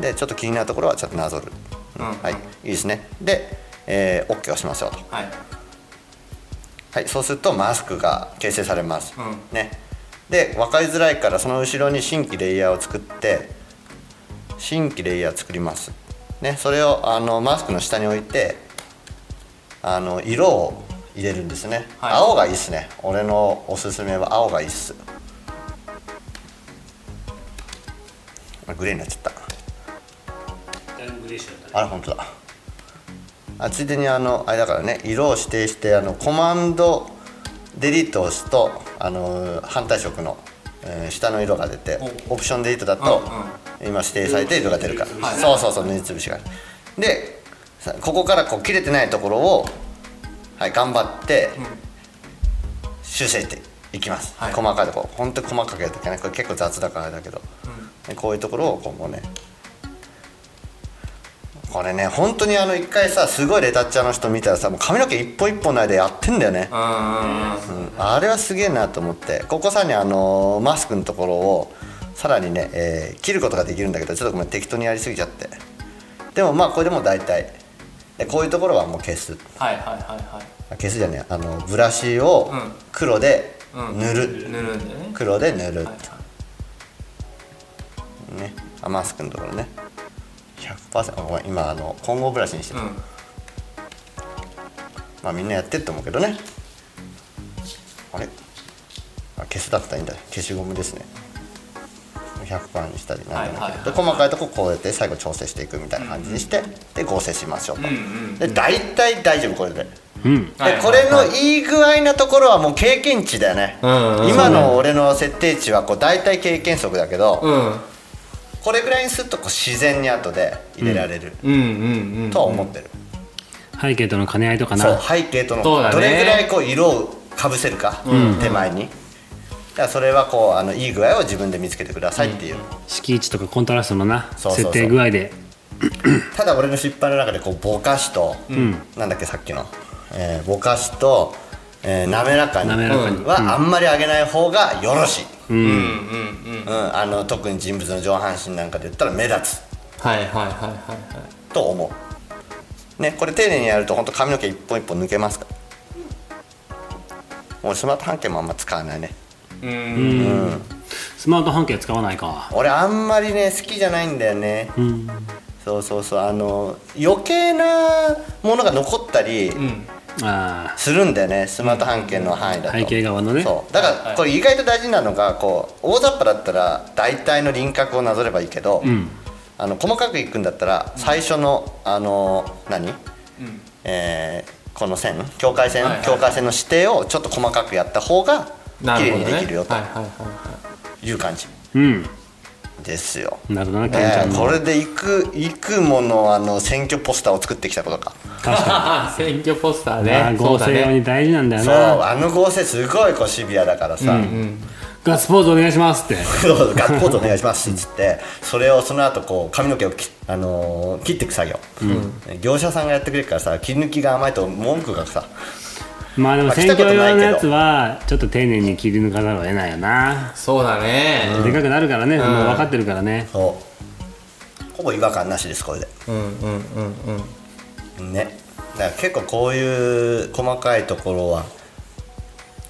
C: でちょっと気になるところはちょっとなぞる、
B: うん
C: はいいいですねで、えー、OK をしますよと
B: はいはい
C: はい、そうするとマスクが形成されます、
B: うん
C: ねで分かりづらいからその後ろに新規レイヤーを作って新規レイヤー作りますねそれをあのマスクの下に置いてあの色を入れるんですね、
B: はい
C: 青がいいっすね俺のおすすめは青がいいっすあグレーになっちゃった
D: だいぶグレーシーだった
C: あれ本当だあついでにあのあれだからね色を指定してあのコマンドデリートを押すとあのー反対色の、えー下の色が出てオプションデリートだと、今指定されて色が出るから、
D: はい
C: そうそうそう塗りつぶしがでさここからこう切れてないところを、はい、頑張って、修正していきます、
B: はい
C: 細かいところ本当に細かくやっていけないこれ結構雑だからあれだけど、でこういうところを今後ねこれね本当にあの一回さすごいレタッチャーの人見たらさもう髪の毛一本一本の間やってんだよね、
B: うんうんうん
C: うんあれはすげえなと思ってここさらにあのーマスクのところをさらにね、えー切ることができるんだけどちょっとごめん適当にやりすぎちゃってでもまあこれでもう大体でこういうところはもう消す
B: はいはいは
C: 消すじゃねえあのブラシを
B: うん
C: 黒で
B: いはいうん
C: 塗る、
B: 塗るんだよね
C: 黒で塗る
B: はいはい
C: ねあマスクのところね100%あごめん今あの混合ブラシにしてる、
B: うん
C: まあみんなやってると思うけどねあれあ消すだったらいいんだ消しゴムですね100番にしたりなんだ
B: はいはい
C: け
B: はい
C: どで細かいとここうやって最後調整していくみたいな感じにして、で合成しましょうと、
B: うんうん
C: で大体大丈夫これで。
D: う
C: で
D: ん
C: これのいい具合なところはもう経験値だよね、
B: うんうん
C: 今の俺の設定値はこう大体経験則だけど、
B: うん
C: これぐらいにするとこう自然に後で入れられる
B: うんうんうん
C: とは思ってる、
D: 背景との兼ね合いとか
C: そう
D: な
C: 背景との
B: そうだね
C: どれぐらいこう色をかぶせるか、手前にだからそれはこうあのいい具合を自分で見つけてくださいっていう、
D: 敷地とかコントラストのな
C: そうそうそう
D: 設定具合で
C: ただ俺の失敗の中でこうぼかしと、なんだっけさっきの、えーぼかしと、えー滑らかに
D: 滑らかに
C: はあんまり上げない方がよろしい、うん
B: うんうんうん
C: あの特に人物の上半身なんかで言ったら目立つ
B: はいはいはいはいはい
C: と思うねこれ丁寧にやると本当髪の毛一本一本抜けますから俺スマート半径もあんま使わないね
D: スマート半径使わないか
C: 俺あんまりね好きじゃないんだよね、
D: うん
C: そうそうそうあの余計なものが残ったり
D: あ
C: するんだよね、スマート半径の範囲だと
D: 背景側のね
C: そうだからこれ意外と大事なのがこう大雑把だったら大体の輪郭をなぞればいいけど、
D: ん
C: あの細かくいくんだったら最初のあの何、えーこの線境界線、
B: はいはい
C: 境界線の指定をちょっと細かくやった方が
B: な
C: 綺
B: るほ
C: 麗に
B: どね
C: できるよと
B: はいはいはい
C: いう感じ
D: うん
C: ですよ、
D: なるほどなケンち
C: ね
D: ゃ
C: え
D: ん
C: こ
D: の
C: れで行く行くものあの選挙ポスターを作ってきたことか、
D: 確か
B: はい選挙ポス ター
D: にあ
B: ね
D: ー合成用に大事なんだよ
C: そう
D: な
C: あの合成すごいこうシビアだからさ、
D: ガッツポーズお願いしますって
C: そうガッツポーズお願いしますっつってそれをその後こう髪の毛をき、あのー切っていく作業、業者さんがやってくれるからさ切り抜きが甘いと文句がさ
D: まあでも
C: まあ
D: 選挙
C: 来たことない
D: 用の
C: けど
D: やつはちょっと丁寧に切り抜かざるを得ないよな
B: そうだね
D: でかくなるからねもう分かってるからね
C: そうほぼ違和感なしですこれで
B: うんうんうんうん
C: ねだから結構こういう細かいところは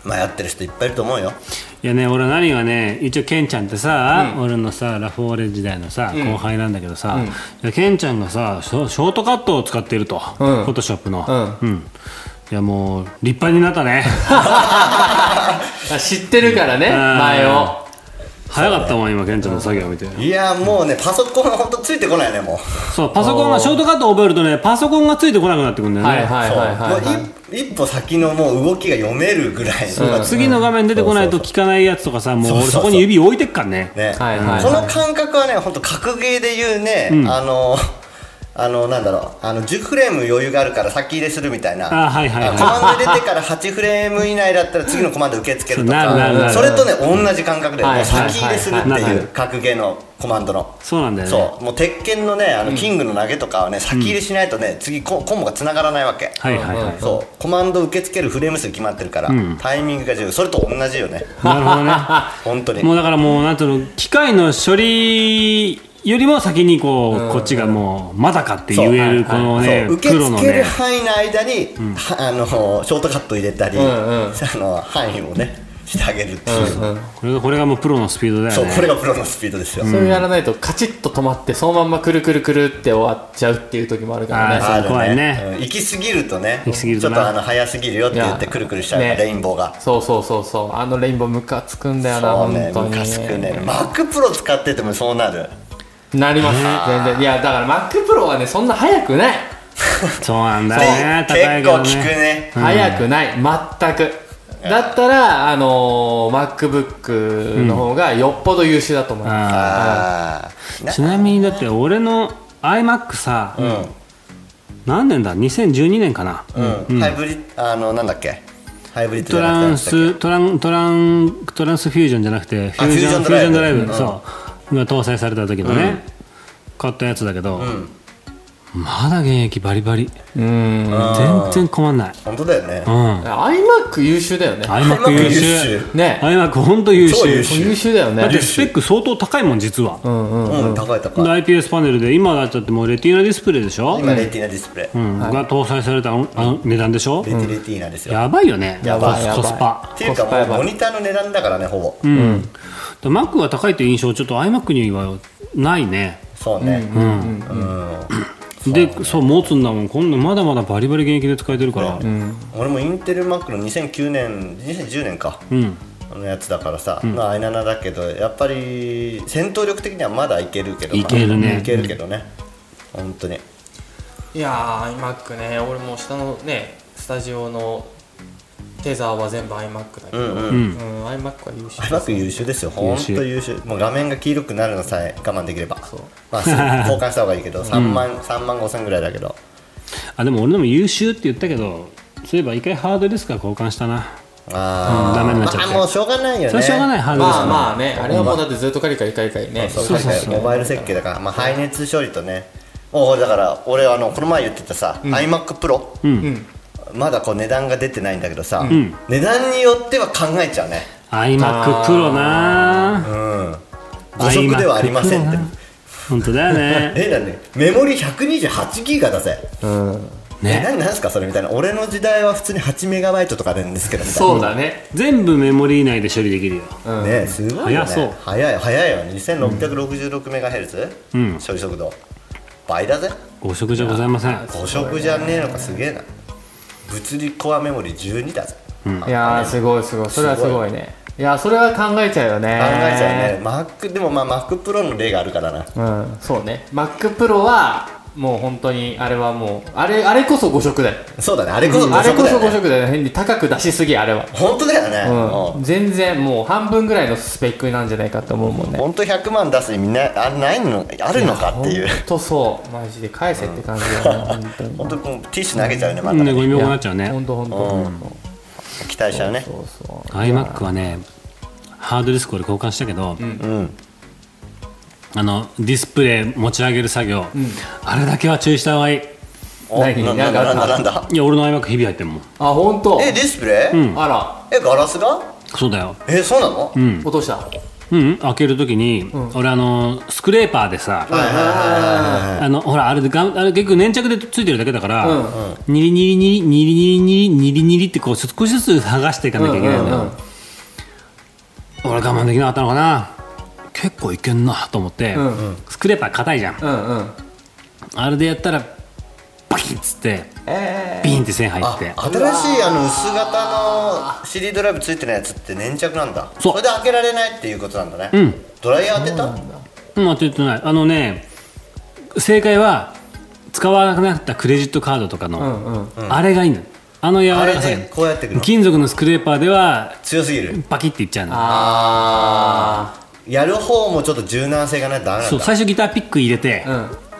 C: まあやってる人いっぱいいると思うよ
D: いやね俺何がね一応ケンちゃんってさ、俺のさラフォーレ時代のさ、後輩なんだけどさ、いやケンちゃんがさショショートカットを使ってると、
B: ん
D: フォトショップの、うんいやもう立派になったね
B: あ知ってるからね
D: ん
B: 前を
D: 早かったもん今ケンちゃんの作業見て
C: いやもうねパソコンがほんとついてこないよねもう
D: そうパソコンがショートカットを覚えるとねパソコンがついてこなくなってくるんだよね、
B: はいはい
C: そう
B: はいはいはい
C: もう一一歩先のもう動きが読めるぐらいの、
D: 次の画面出てこないと効かないやつとかさもう
C: そう
D: 俺
C: そうそう
D: そこに指置いてっからね
C: ね
B: はいはいはい
C: この感覚はね本当格ゲーで言うね、あのあのなんだろうあの10フレーム余裕があるから先入れするみたいな
D: あはいはいはい
C: あコマンド入れてから8フレーム以内だったら次のコマンド受け付けると
D: なるなるな
C: か
D: る
C: それとね同じ感覚で、
B: はい
C: もう先入れするって
D: はいはい
C: い
D: は
C: う
D: い
C: 格ゲーのコマンドの。
D: そうなんだよね
C: そうもう鉄拳のねあのキングの投げとかはね、先入れしないとね次ココンボが繋がらないわけ、
D: はいはいはい、
C: そうコマンド受け付けるフレーム数決まってるから、タイミングが重要それと同じよね
D: なるほどね
C: 本当に
D: もうだからもうなんていうの機械の処理よりも先にこう、こっちがもうまだかって言える
B: そう
D: このね、
C: そう受け
D: 黒の
C: 付ける
D: ね
C: 範囲の間に、はあのショートカット入れたり、
B: んうん
C: あの範囲をねしてあげるっていう、
B: うん
D: これがこれがもうプロのスピードだ
C: そ
D: よ
C: う
D: ね
C: これがプロのスピードですよ、
B: それやらないとカチッと止まってそのまんまくるくるくるって終わっちゃうっていう時もあるからね
D: あ
C: ある
D: 怖いね
C: うん行き過ぎるとね
D: 行き過ぎる
C: ちょ
D: と
C: っ
D: な
C: とあの早すぎるよって言っ
B: い
C: て
B: や
C: くるくるしちゃう、
B: ね
C: レインボーが
B: そうそうそうそうあのレインボームカつくんだよな
C: そうね
B: 本当
C: ム
B: に
C: カつくね Mac プロ使っててもそうなる
B: なります全然いやだから MacPro はねそんな早くない
D: そうなんだね
C: で
D: 高い
C: 結
D: けど
C: 構効く
D: ね
C: ね
B: 早くない全くだったらあのー MacBook の方がよっぽど優秀だと思います
D: あ
C: あー
D: ーちなみにだって俺の iMac さ、何年だ2012年かな、
C: うんハイブリッあのなんだっけハイブリッド
D: ト
C: じゃ
D: ラ
C: な
D: ン
C: くてなんだっ
D: ストラントラントランスフュージョンじゃなくてフュージョ
C: フ
D: ンフ
C: ュージ
D: ュージ
C: ョ
D: ョ
C: ン
D: ン
C: ド
D: ド
C: ラ
D: ラ
C: イ
D: イ
C: ブ
D: ブ、そうが搭載された時のね、買ったやつだけど、まだ現役バリバリ
B: うん
D: 全然困んない
C: け本当だよね、
D: うん
B: iMac 優秀だよね
D: iMac 優秀
B: ね
D: iMac ほんと優
C: 超優
D: 秀
C: 秀
B: 優秀だよ
D: だっ
B: ね
D: てスペック相当高いもん実は、
C: うん、高い高い
D: で IPS パネルで今だったってもうレティーナディスプレイでしょ、
C: 今レティーナディスプレイ、
D: うんが搭載されたあのあの値段でしょ、
C: レティレティーナですよ、
D: やばいよね
B: やばい
D: コス
B: やばい
D: コスパ
C: っていうか
B: コスパやば
C: もう
B: い
C: モニターの値段だからねほぼ、
D: で Mac が高いという印象ちょっと iMac にはないね
C: そうねうん、
D: でそう持つんだもん今度まだまだバリバリ現役で使えてるから、
C: 俺もインテルマックの2009年2010年か、
D: うん
C: のやつだからさ、まあ i7 だけどやっぱり戦闘力的にはまだいけるけど
D: いけるね
C: いけるけどね本当に
B: いやー iMac ね俺も下のねスタジオのテザーは全部 iMac だけど、うん
C: うん
D: うん、
B: iMac は優秀
C: うまく優秀ですよ本当優秀もう画面が黄色くなるのさえ我慢できれば
B: そう
C: まあすぐ交換した方がいいけど3万、3万5千ぐらいだけど
D: あでも俺のも優秀って言ったけどそういえば一回ハードディスクは交換したな
C: あ
D: うん
C: ー
D: ダメになっちゃって
C: まあもうしょうがないよね
D: それしょうがないハードディス
B: まあ
D: ク
B: まあね、あれはもうだってずっとカリカリカリカリね。
C: そう
D: そうそう
C: モバイル設計だから、まあ、排熱処理とねもうだから俺あのこの前言ってたさ、iMacPro、
B: うん
C: まだこう値段が出てないんだけどさ、
D: ん
C: 値段によっては考えちゃうね
D: iMacPro な
C: うん誤色ではありませんって
D: iMac Pro な本当だ よね
C: えだねメモリ128ギガだぜえ
D: ね
C: 何なんすかそれみたいな俺の時代は普通に8メガバイトとかなんですけどみたいな
B: そうだね。
D: 全部メモリー内で処理できるよ
B: うん
C: ねえすごいよね
D: 早そう
C: 早い早いよ2666メガヘルツ
D: うん
C: 処理速度倍だぜ
D: 誤植じゃございません
C: 5色じゃねえのかすげえな物理コアメモリ12だぜ、
B: いやーすごいすごい。それはすごいね。いやーそれは考えちゃうよね。
C: 考えちゃうね Mac でもまあ MacPro の例があるからな
B: うん、そうね。Mac Pro は、もう本当に、あれはもう、あれ、あれこそ5色だよ。
C: そうだねあれこそ5
B: あれ
C: 色
B: こ
C: だ
B: そ
C: よ、
B: 5
C: ね、
B: 色だよ。変に高く出しすぎ、あれは。
C: 本当だよね、
B: う
C: うん
B: ん、全然もう半分ぐらいのスペックなんじゃないかと思うもんね。
C: 本当100万出す意味ないあないのあるのかっていう
B: ほんとそう。マジで返せって感じだよね。
C: 本当もうティッシュ投げちゃうねま
D: うん
C: た
D: ねゴ
B: 当
D: ミ箱になっちゃう
B: ほ
D: ね
B: んとほんとほんと。
C: 期待しちゃうね
B: そうそう。
D: iMac はねハードディスク俺交換したけど、
C: うん
D: あのディスプレイ持ち上げる作業、あれだけは注意した方がいい
C: お
B: 何
C: な
B: な
C: なんん
B: か
C: だ
B: あ
C: な
B: った
C: んだなんだ
D: いや俺の iMac 日々入ってんもん
B: あ、ほんと
C: えディスプレイ、
B: あら、
C: えガラスが
D: そうだよ
C: えそうなの、
D: うん
B: 落とした。
D: うん、開けるときに、俺あのスクレーパーで
C: は
D: さ、
C: いはいはいはいはい
D: あのほらあれでガンあれ結局粘着でついてるだけだから、
B: うん
D: にりにりにりにりにりにりにりにりってこう少しずつ剥がしていかなきゃいけないんだ
B: う
D: よ、
B: んうんうん
D: 俺我慢できなかったのかな結構いけんなと思って、
B: うん
D: スクレーパー硬いじゃん
B: うんうん。
D: あれでやったらバキンっつって
B: え
D: ビンって線入って
C: あ新しいあの薄型の CD ドライブついてないやつって粘着なんだ
D: そう
C: れで開けられないっていうことなんだね、
D: うん
C: ドライヤー当てた
D: うん当ててないあのね正解は使わなくなったクレジットカードとか
B: ーう
D: の、
B: んうん。
D: あれがいいのあの柔
C: あ
D: ら
C: れ
D: かさがいい
C: でこうやってくの
D: 金属のスクレーパーでは
C: 強すぎる
D: バキっていっちゃうの
B: あ
C: やる方もちょっと柔軟性がないとダメなんだ
D: そう最初ギターピック入れて、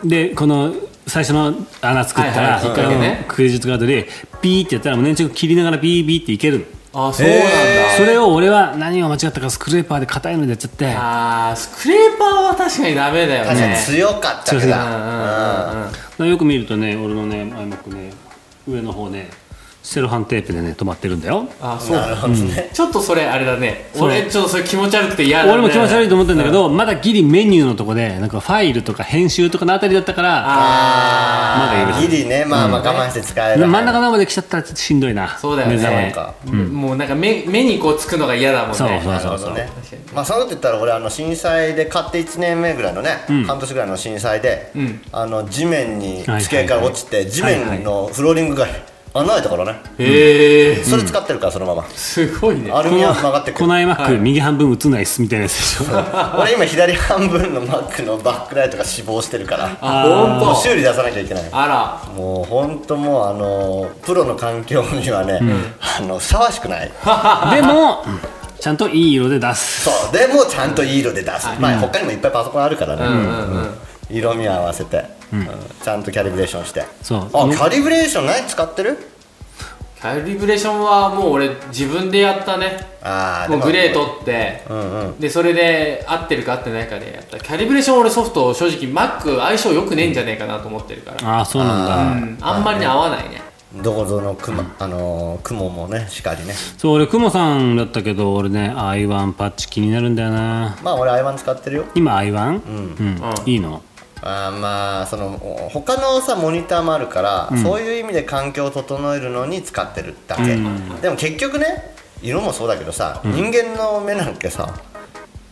D: でこの最初の穴作ったら、
B: はいはい引っ掛けね
D: うんクレジットカードでピーってやったらもう粘着切りながらビービーっていけるの
B: あ。あ、そうなんだ。
D: それを俺は何が間違ったかスクレーパーで硬いのでやっちゃって
B: あースクレーパーは確かにダメだよ
C: 確かに
B: ね。
C: 強かったけど
D: 強
B: うん
D: す
B: うんうんうん
D: よく見るとね俺のね iMac ね上の方ねセロハンテープでね止まってるんだよ
B: あ、そう
C: なるほどね、
B: ちょっとそれあれだね。
D: そう
B: 俺ちょっとそれ気持ち悪くて嫌だね。
D: 俺も気持ち悪いと思ってるんだけど、まだギリメニューのとこでなんかファイルとか編集とかのあたりだったからまだ許せる
C: ギリねまあまあ我慢して使える、
D: 真ん中の方まで来ちゃったらちょっとしんどいな
B: そうだよね
D: 目覚め
C: そうか
B: もうなんか目目にこうつくのが嫌だもんね。
D: そうそう
C: なる
D: そう
C: ほ
D: そ
C: ど
D: う
C: ね
B: 確かに
C: まあそういうこと言ったら俺あの震災で買って1年目ぐらいのね、半年ぐらいの震災で、
B: ん
C: あの地面に
D: はい
C: 机から落ちて、地面のフローリングが穴開いたからね、
B: へえ、
C: それ使ってるからそのまま、
B: すごいね。
C: アル
D: こ
C: ミは
D: の
C: 曲がってく
D: こ
C: る
D: の iMac、右半分映んないっすみたいなやつでしょ
C: 俺今左半分の Mac のバックライトが死亡してるから
B: あ、
C: もう
B: 本
C: 修理出さなきゃいけない
B: 当。あら、
C: もう本当もうあのプロの環境にはね、あのふさわしくない
D: でもちゃんといい色で出す
C: そうでもちゃんといい色で出す、まあ他にもいっぱいパソコンあるからね、
B: うんうんうん
C: 色味合わせて、うんちゃんとキャリブレーションして
D: そう
C: あキャリブレーション何使ってる
B: キャリブレーションはもう俺自分でやったね。
C: ああ
B: もうグレー取って、
C: うんうん
B: でそれで合ってるか合ってないかでやったキャリブレーション俺ソフト正直 Mac 相性良くねえんじゃねえかなと思ってるから、
D: ああそうなんだ
B: うん、あんまりね合わないね
C: どこぞの雲、あのー雲もねしかりね
D: そう俺クモさんだったけど俺ね i1 パッチ気になるんだよな
C: まあ俺 i1 使ってるよ
D: 今 i1、うんいいの
C: あーまあそのお他のさモニターもあるから、そういう意味で環境を整えるのに使ってるだけ、でも結局ね色もそうだけどさ、人間の目なんてさ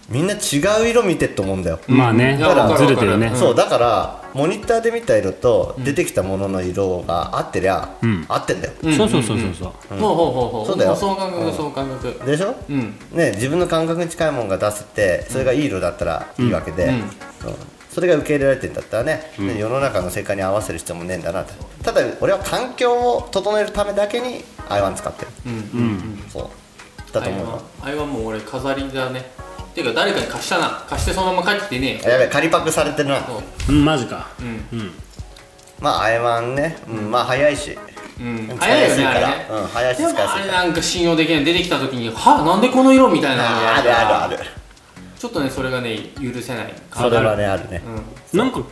C: みんな違う色見てると思うんだよ、
D: まあね
B: いや
C: わかる
D: ずれてるね
B: わかる
C: そうだからモニターで見た色と出てきたものの色が合ってりゃ、
D: ん
C: 合ってんだよ、
D: そうそうそうそうそ
B: ほ
D: う
B: うほうほうほう
C: そうだよ
B: もその感覚、その感覚
C: でしょ、
B: うん
C: ね、自分の感覚に近いものが出せてそれがいい色だったらいいわけで、うんそれが受け入れられてんだったらね、世の中の世界に合わせる必要もねえんだなとただ俺は環境を整えるためだけに i1 使ってる、そうだと思うよ
B: あれはもう俺飾りだねていうか誰かに貸したな貸してそのまま帰ってきてねえよ
C: あやべえ仮パクされてるな
B: そう
D: うんマジか
B: うん
C: まあアイワンね、うん、まあ早いし、
B: うん
C: 使い
B: 早い
C: や
B: よ
C: す
B: ね
C: いか
B: あれ
C: ら、
B: ね
C: うん、早いし
B: で
C: 使い
B: も
C: やすい
B: あれ
C: から
B: なんか信用できない出てきた時にはなんでこの色みたいなのが
C: あるあるある
B: ちょっとねそれがね許せない
C: それはねあるね、
D: なんか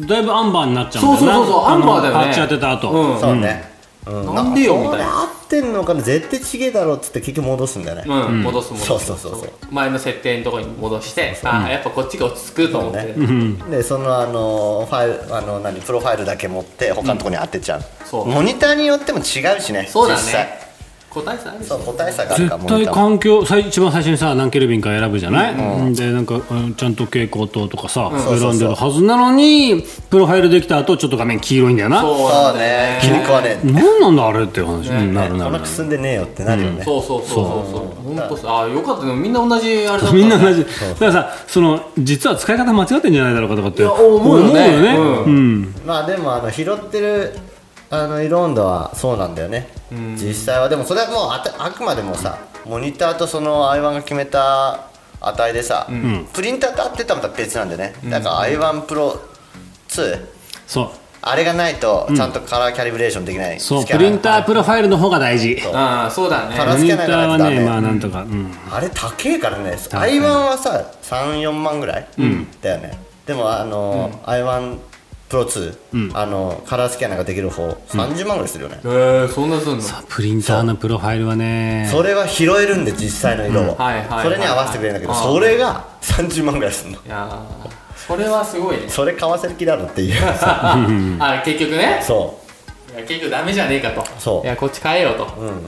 D: だいぶアンバーになっちゃうんだよな
B: そうそうそうそう
D: あの
B: アンバーだよね
D: パッチ当てた後、
B: うん
C: そうね、う
B: なんでよみたいな
C: それ合ってんのかな絶対ちげえだろっつって結局戻すんだよね、
B: うん、戻す戻す
C: そうそうそうそう
B: 前の設定のところに戻してあやっぱこっちが落ち着くと思って、
C: そうでそのあのファイルあの何プロファイルだけ持って他のとこに当てちゃう,、
B: そう
C: モニターによっても違うしね
B: そうだ
C: 実
B: ね
C: 際
B: 答えさあるし
C: そう個体差があるから
D: 絶
C: モニ
D: 対
C: ターも
D: 環境最一番最初にさ何ケルビンか選ぶじゃない、でなんかうんちゃんと蛍光灯とかさ、
C: そうそうそう
D: 選んでるはずなのにプロファイルできた後ちょっと画面黄色いんだよな
B: そう
C: そ
B: な
C: うんね
B: だ
C: 気
B: よ
C: に食わねえ、
D: 何なんだあれっていう話、うんなるな
C: こ
D: る
C: の
D: な
C: く
D: る
C: すんでねえよってなるよね、
B: そうそうそうそうそう本当そうあよかったでもみんな同じあれだった
D: みんな同じだからさその実は使い方間違ってんじゃないだろうかとかって
B: いや思うよねう
D: 思うん
C: まあでもあの拾ってるあの色温度はそうなんだよね、実際はでもそれはもうあたあくまでもさモニターとその i1 が決めた値でさ、プリンターと合ってたらまた別なんだよね、だから i1 プロ2
D: そう
C: あれがないとちゃんとカラーキャリブレーションできない、
D: そう
C: スキ
D: プ
C: ャナ
D: リンタープロファイルの方が大事
B: ああそうだね
C: カラー
D: プ
C: ス
D: リ
C: キ
D: ン
C: ャ
D: タ
C: ナーが
D: ーは
C: ないとダ
D: ね
C: メ、
D: まあなんとか、うん
C: あれ高えからね i1 はさ34万ぐらい、だよねでもあの、i1 プロ2、あのカラースキャナーができる方30万ぐらいするよね、
B: へえそんなすんの
D: プリンターのプロファイルはね
C: それは拾えるんで実際の色を、
B: はいはいはい
C: それに合わせてくれるんだけど、
B: はい
C: それが30万ぐらいするの
B: いやーそれはすごいね
C: それ買わせる気だろっていう
B: あ結局ね
C: そ
B: いや結局ダメじゃねえかと
C: そう
B: やこっち変えようと、
C: う、うん、
B: い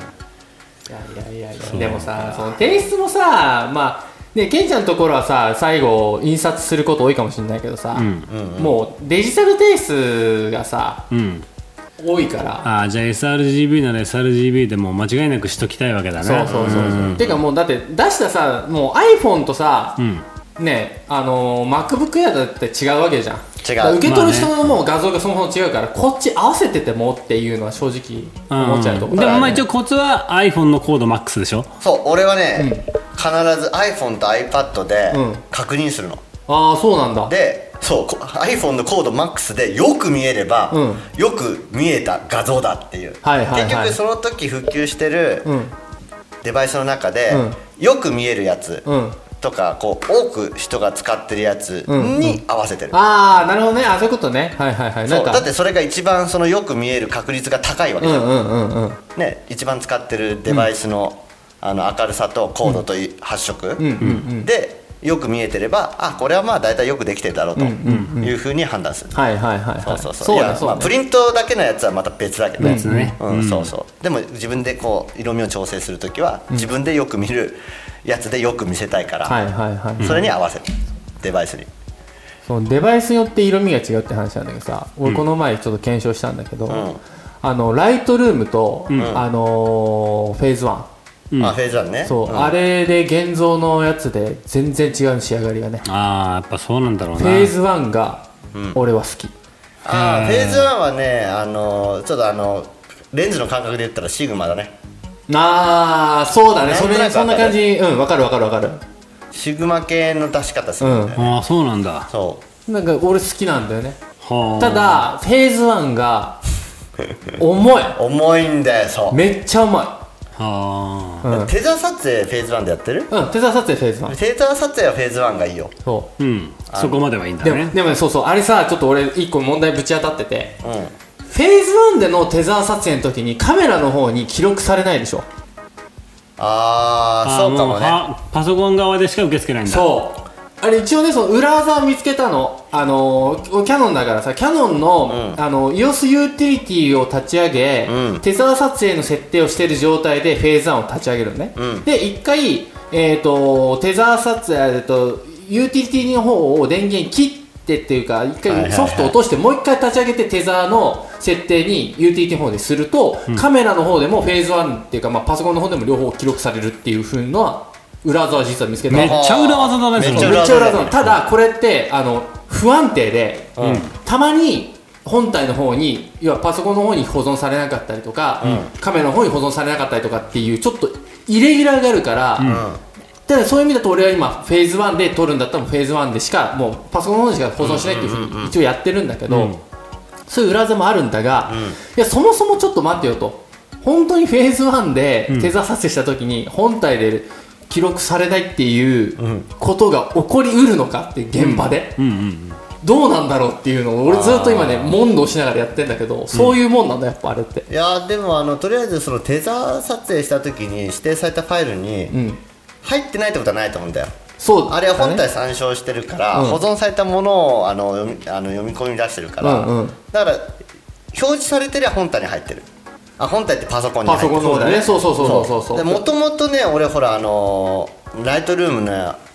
B: やいやいやいやでもさその提出もさまあねケンちゃんのところはさ最後印刷すること多いかもしれないけどさ、もうデジタル提出がさ
D: うん
B: 多いから
D: ああじゃあ sRGB なら sRGB でもう間違いなくしときたいわけだね
B: そうそうそうそう、
D: ん
B: てかもうだって出したさもう iPhone とさ、
D: うん
B: ねあのー MacBookAir だって違うわけじゃん
C: 違
B: だ
C: う
B: から受け取る人
D: ま
B: のもう画像がそもそも違うからこっち合わせててもっていうのは正直思っちゃうとこ
D: んでもまあ一
B: 応
D: 応コツは iPhone のコード MAX でしょ
C: そう俺はね、必ず iPhone と iPad で
B: うん
C: 確認するの、
B: ああそうなんだ
C: でそうこ iPhone のコード MAX でよく見えれば、
B: うん
C: よく見えた画像だっていう、
B: はいはいはい
C: 結局その時普及してる
B: うん
C: デバイスの中で、
B: う
C: よく見えるやつ
B: うん
C: とかこう多く人が使ってるやつ
B: ん
C: に合わせてる、
B: ああなるほどねあそういうことねはいはいはい
C: そ
B: な
C: うん
B: か
C: だってそれが一番そのよく見える確率が高いわけ
B: う
C: じゃん、
B: んうんうんうん
C: ね、一番使ってるデバイスの,、あの明るさと高度とい発色、でよく見えてればあこれはまあ大体よくできてるだろうというふうに判断する、
B: はいはいはいはい
C: そうそうそう
B: そう
C: い
B: だ
C: や
B: そう
C: まあ、
B: だ
C: プリントだけのやつはまた別だけど
D: 別ね
C: うんそうそうでも自分でこう色味を調整する時は自分でよく見るやつでよく見せたいから、
B: はいはいはい、
C: それに合わせるデバイスに
B: そのデバイスによって色味が違うって話なんだけどさ俺この前ちょっと検証したんだけど、
C: ん
B: あのライトルームと、あのーフェーズ1
C: あフェーズワンね
B: そう、
C: ん
B: あれで現像のやつで全然違う仕上がりがね
D: ああやっぱそうなんだろうな
B: フェーズ1が俺は好き、
C: あーフェーズワンはねあのちょっとあのレンズの感覚で言ったらシグマだね
B: ああそうだねそれ
C: なん
B: そ
C: となく
B: んな感じうんわかるわかるわかる
C: シグマ系の出し方するんだよね、
D: ああそうなんだ
C: そう
B: なんか俺好きなんだよね
D: はあ
B: ただフェーズ1が 重い
C: 重いんだよそう、
B: めっちゃ重い
D: はあ
C: テザー撮影フェーズワンでやってる
B: うん、テザー撮影フェーズ1。
C: テザー撮影はフェーズワンがいいよ
B: そ
D: うんそこまではいいん
B: う。
D: だ
B: で
D: ね
B: も、でもね、そうそう、あれさ、ちょっと俺、一個問題ぶち当たってて、
C: うん
B: フェーズ1でのテザー撮影の時にカメラの方に記録されないでしょ。
C: ああ
D: あ
C: そうかもね
D: うはパソコン側でしか受け付けないんだ
B: そう。あれ一応ね、その裏技を見つけたの。あのー、キャノンだからさ、キャノンの、
C: うん
B: あの、EOS ユーティリティを立ち上げ、
C: うん
B: テザー撮影の設定をしている状態でフェーズ1を立ち上げるのね。
C: うん
B: で、一回、えっ、と、テザー撮影、えっ、と、ユーティリティの方を電源切ってっていうか、一
C: はいは
B: 回
C: いはい
B: ソフトを落として、もう一回立ち上げてテザーの設定に UTT の方ですると、カメラの方でもフェーズ1っていうか、まあ、パソコンの方でも両方記録されるっていうふうな裏技は実は見つけた
D: めっちゃ裏技だねそれ
C: めっ
B: めっ
C: ち
B: ち
C: ゃ
B: ゃ裏技
C: 裏技だ
B: な
C: よ
B: のただこれってあの不安定で、
C: ん
B: たまに本体の方に要はパソコンの方に保存されなかったりとか、カメラの方に保存されなかったりとかっていうちょっとイレギュラーがあるから、だからそういう意味だと俺は今フェーズ1で撮るんだったらもうフェーズ1でしかもうパソコンの方にしか保存しないっていうふうに一応やってるんだけど、そういう裏技もあるんだが、いやそもそもちょっと待ってよと本当にフェーズ1でテザー撮影した時に本体で記録されないっていうことが起こりうるのかって現場で、
D: うんうん
B: どうなんだろうっていうのを俺ずっと今ね問答しながらやってんだけどそういうもんなんだやっぱあれって。
C: いやーでもあのとりあえずそのテザー撮影した時に指定されたファイル
B: う
C: に
B: ん
C: 入ってないってことはないと思うんだよ、
B: そう
C: あれは本体参照してるから、
B: うん
C: 保存されたものをあの読みあの読み込み出してるから、
B: うんうん
C: だから表示されてりゃ本体に入ってるあ本体ってパソコンに入
B: パソ
C: ってる
B: コンの方ねそうそうそうそうそうそう
C: もともとね俺ほらあのーライトルームの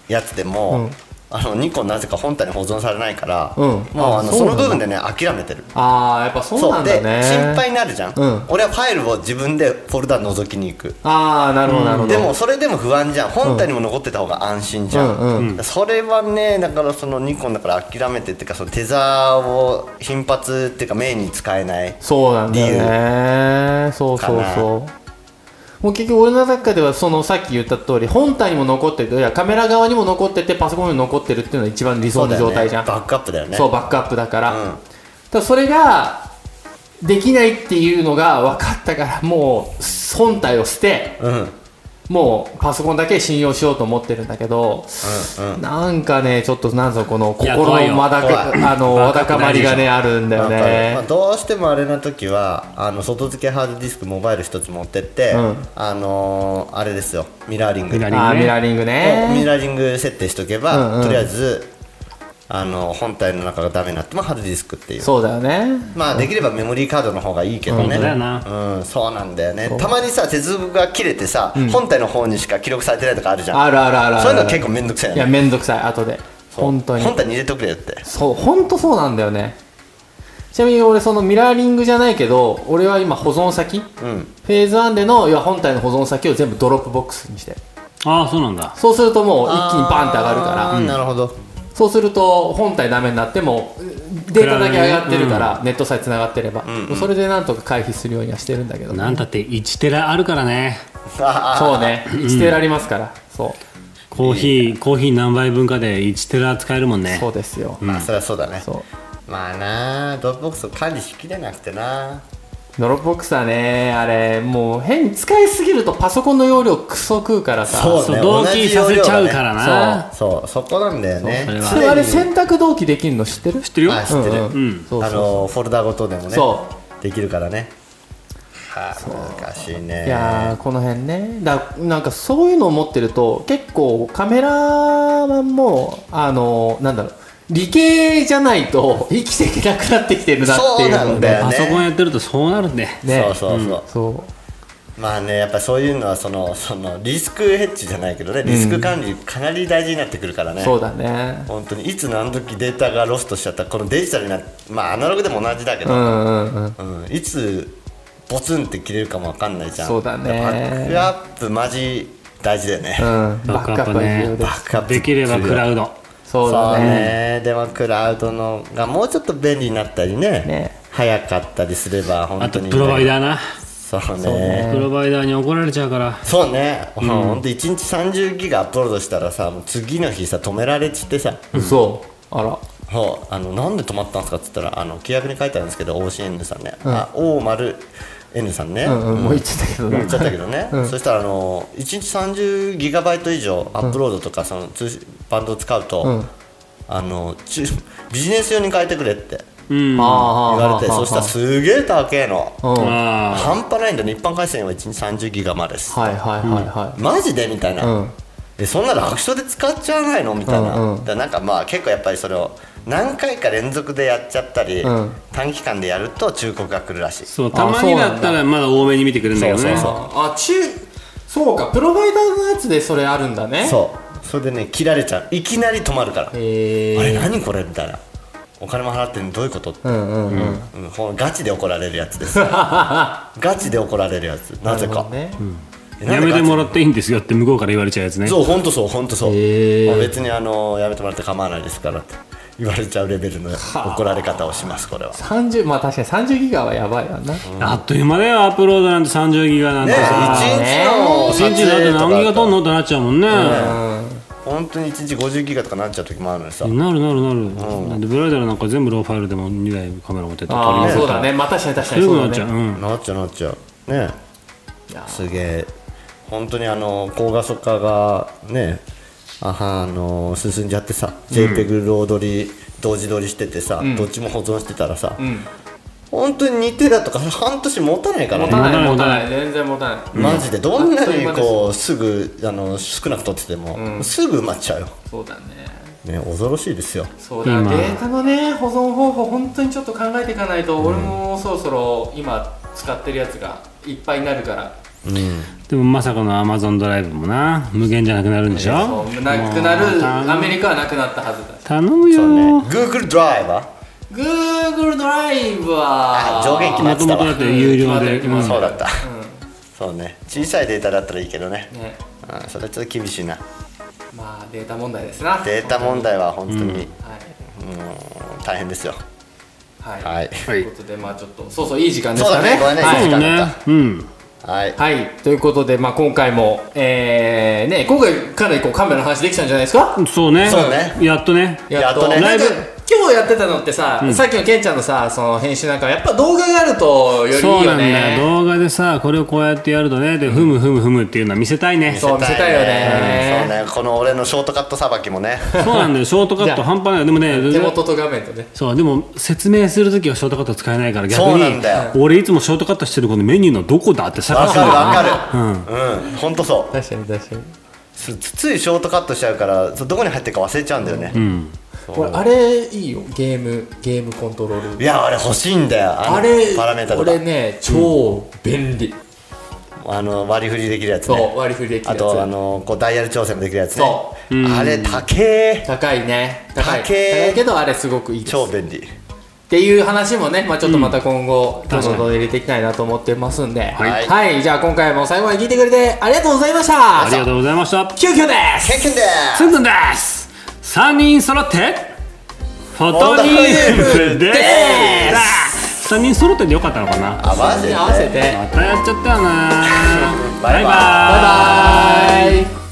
C: やつで
B: う
C: も、
B: ん
C: あの2個なぜか本体に保存されないから、
B: うん
C: もうあの
B: あ
C: そ
B: そうな
C: の
B: んだ
C: 部分でね諦めてる
B: ああやっぱそうなんだね
C: で心配になるじゃん、
B: うん
C: 俺はファイルを自分でフォルダ覗きに行く
B: ああなるほどなるほど
C: でもそれでも不安じゃん本体にも残ってた方が安心じゃん、
B: うん
C: それはねだからそのニコンだから諦めてっていうかそのテザーを頻発っていうかメインに使えない
B: そうなんだよねそうそうそうもう結局俺の中ではそのさっき言った通り本体にも残ってるいやカメラ側にも残っててパソコンにも残ってるっていうのが一番理想の状態じゃん
C: そうだよねバックアップだよね
B: そうバックアップだから,、
C: うん
B: だからそれができないっていうのが分かったからもう本体を捨て
C: うんうん
B: もうパソコンだけ信用しようと思ってるんだけど、
C: うん
B: なんかねちょっとなんぞこの
D: いや
B: 心
D: 怖い
B: の
D: よ
B: まだ
C: 怖い
B: かあの
D: バ
B: わ
D: カ
B: だ
D: って
B: かまりがねあるんだよ
C: わかる
B: ね
C: まあ、どうしてもあれな時はあの外付けハードディスクモバイル一つ持ってって、
B: うん
C: あのーあれですよミラーリング
D: ミラーリング
B: あーミラーリング
C: をミ
B: ね
C: ラーリング設定しとけば、
B: うんうん
C: とりあえずあの本体の中がダメになってもハードディスクっていう
B: そうだよね
C: まあできればメモリーカードの方がいいけどね、
D: 本当だよな
C: うん、そうなんだよねたまにさ接続が切れてさ、本体の方にしか記録されてないとかあるじゃん
B: あるあるあるある
C: そういうの結構めんどくさいよ
B: いや
C: ね
B: めんどくさい後で本当に
C: 本体に入れとくれよって
B: そう本当そうなんだよねちなみに俺そのミラーリングじゃないけど俺は今保存先、
C: うん
B: フェーズ1での要は本体の保存先を全部ドロップボックスにして
D: ああそうなんだ
B: そうするともう一気にバンって上がるから
C: あーなるほど、
B: そうすると本体ダメになってもデータだけ上がってるから、ネットさえ繋がってれば、もうそれでなんとか回避するようにはしてるんだけど
D: なんたって1テラあるからね
B: そうね1テラありますから、そう
D: コーヒーコーヒー何杯分かで1テラ使えるもんね
B: そうですよ、
C: まあそりゃそうだね
B: そう
C: まあなあドロップボックスを管理しきれなくてな
B: ドロップボックスはねあれもう変に使いすぎるとパソコンの容量クソ食うからさ
C: そう
D: そう
C: ね
D: 同期させちゃうから
B: 同じ容量だ
D: な
C: そうそこなんだよね
D: そうそれは
B: それあれ選択同期できるの知ってる
D: 知ってるよ
C: あ知っ
B: うん
C: てる、
D: うん
B: そう
C: あ
B: そう
C: のフォルダごとでもね
B: そ
C: できるからねはあ難しいね
B: いやーこの辺ねだなんかそういうのを持ってると結構カメラマンもあのなんだろう理系じゃないと生きていけなくなってきてるなっていうのを
C: そうなんだよ
D: パソコンやってるとそうなるんで
B: ね
C: そうそうそう、
B: そ
C: まあねやっぱそういうのはそのそのリスクヘッジじゃないけどねリスク管理かなり大事になってくるからね、
B: うそうだね
C: 本当にいつ何時データがロストしちゃったらこのデジタルになまあアナログでも同じだけ
B: う
C: ど、
B: んうんうん
C: うんいつボツンって切れるかも分かんないじゃん
B: そうだね
C: バックアップマジ大事だよね、
B: うん、バックアップは必要で
C: バ
B: す。
C: ックアップ
D: できればクラウド
B: そう
C: そう
B: だね。
C: ねでもクラウドのがもうちょっと便利になったりね
B: ね
C: 早かったりすれば本
D: あ
C: 当
D: と
C: に、
D: プロバイダーな
C: そうね
B: ね
D: プロバイダーに怒られちゃうから
C: そうね、うん、ほんと1日30ギガアップロードしたらさもう次の日さ止められちってさ
B: 嘘。あら。
C: ほうあのなんで止まったんですかっつったらあの契約に書いてあるんですけど OCN さんね、あ O 丸 N さんね、
B: うんうん、もう言っちゃったけど
C: 言っちゃっ
B: な。
C: たけどね、そしたらあの1日30ギガバイト以上アップロードとかその通信バンドを使うと、
B: うん
C: あのちビジネス用に変えてくれって
D: うんあ
B: あ
C: 言
B: ー
C: われてそしたらすげえ高えの
B: うん。はい
D: あ
C: 半端ないんだね一般回線は1日30ギガまでです
B: はいはいは
C: マジでみたい
B: い。う
C: な、
B: ん。
C: えそんな楽勝で使っちゃわないのみたいな、
B: うんうん
C: だからなんかまあ結構やっぱりそれを何回か連続でやっちゃったり、
B: うん
C: 短期間でやると忠告が来るらしい
D: そうたまにだったらまだ多めに見てくれるんだけどね
C: そう
B: あ、中、そうか、プロバイダーのやつでそれあるんだね。う。
C: そうそれでね切られちゃういきなり止まるから、
B: え
C: あれ
B: ー。
C: 何これみたいなお金も払ってるのどういうこと、
B: うんうんうん。
C: うんほんガチで怒られるやつです ガチで怒られるやつなぜ
B: なる
C: か
B: ほどね。
C: えな
D: や
C: んで
D: め
C: ガチ
D: てもらっていいんですよって向こうから言われちゃうやつね
C: そう本当そう本当そう、
B: へー
C: まあ別にあのやめてもらって構わないですからって言われちゃうレベルの怒られ方をしますこれは
B: 30、まあ確かに30ギガはやばいわな。
D: あっという間だよアップロードなんて30ギガなん
C: ね
D: てさ
B: ね
C: 一日の
D: 1日だって何ギガ取んのってなっちゃうもんね
B: うん。
C: 本当に1日50ギガとかなっちゃう時もあるのにさ、
D: なるなるなる、なんでブライダルなんか全部ローファイルでも2台カメラ持ってて
B: ああ
D: 撮
B: そう
D: り
B: だねまあ確かに確かに
D: すぐ
B: そ
D: な
B: う
D: っちゃ
B: だ
D: う、
B: ね
D: うん
C: なっちゃうなっちゃうね
B: いや
C: すげえ本当にあの高画素化がねあはあの進んじゃってさ、JPEG ロードり同時撮りしててさ、どっちも保存してたらさ、
B: ん
C: 本当に2テラとか半年持たないから
B: 持
C: ね
B: たない持
D: 持
B: た
D: た
B: な
D: ないい
B: 全然持たない
C: マジでどんなに
B: あっという間
C: こうすぐあの少なく撮ってても、すぐ埋まっちゃうよ、
B: そうだね
C: ね、恐ろしいですよ
B: そうだ
D: 今
B: データのね保存方法本当にちょっと考えていかないと、俺もそろそろ今使ってるやつがいっぱいになるから
D: でもまさかのアマゾンドライブもな無限じゃなくなるんでしょ
B: そうなくな
D: もう
B: る
D: 頼む
B: アメリカはなくなったはずだし
D: 頼む
C: そうね
D: よ
C: Google ドライバー
B: Google ドライブは
C: あ上限決ま
D: も
C: って
D: と
C: た
D: もと
C: わ
D: だって有料で
B: うん
C: そう
D: 今
C: だった、そうね小さいデータだったらいいけどね
B: ね
C: うん、それはちょっと厳しいな
B: まあデータ問題ですな
C: データ問題は本当に、
B: はい
C: もう大変ですよ
B: はい、
C: はい
B: ということでまあちょっとそうそういい時間でし
C: そう
B: た
C: だ
B: ね
C: ねごめんね、
B: はい
C: 時
D: そう
C: 間だ
D: ね
C: っ
D: うん
C: たはい、
B: はい、ということで、まあ、今回も、えーね、今回かなりこうカメラの話できたんじゃないですか
D: そうね
C: そうね
D: やっとね
C: やっとね
B: ライブ
C: なんか
B: 今日やってたのってさ、さっきのケンちゃんのさその編集なんかはやっぱ動画があるとよりい
D: そ
B: いう
D: な
B: よ
D: んだ
B: ね
D: よ動画でさこれをこうやってやるとねでふむふむふむっていうのは見せたいね
B: そう見せたいよね
C: うんそうねこの俺のショートカットさばきも ね
D: そうなんだよショートカッ
B: じゃ
D: ト
B: あ
D: 半端ないでもね
B: 手元と画面とね
D: そうでも説明するときはショートカット使えないから逆
C: そうなんだよ
D: に俺いつもショートカットしてるこのメニューのどこだって探
C: わ
D: すん
C: か
D: だ
C: る
D: よな
C: わかるうんほんとそう
B: 確かに確かに
C: つついショートカットしちゃうからそうどこに入ってるか忘れちゃうんだよね、
D: うん
B: 俺あれいいよゲームゲームコントロール
C: いやあれ欲しいんだよの
B: あれ
C: パラメータと
B: こ
C: か、
B: れね超便利、
C: あの割り振りできるやつ
B: そう
C: ね
B: 割り振りできる
C: あ
B: やつ
C: とあのこうダイヤル調整もできるやつね
B: そ
C: あれ高え
B: 高いね高い
C: 高え
B: 高いけどあれすごくいいです
C: 超便利
B: っていう話もね、まあ、ちょっとまた今後、どん
D: 確か
B: どん
D: に
B: どん入れていきたいなと思ってますんで、はいじゃあ今回も最後まで聞いてくれてありがとうございました
D: ありがとうございました
B: キュウキュウで
C: ケン
B: す
C: ケンです
D: すんくんです3人揃ってフォトニームです3人揃ってでよかったのかな
C: あマジで
B: 合わせて
D: またやっちゃったよな
C: バイバイ
D: バイバイ
B: バイバイ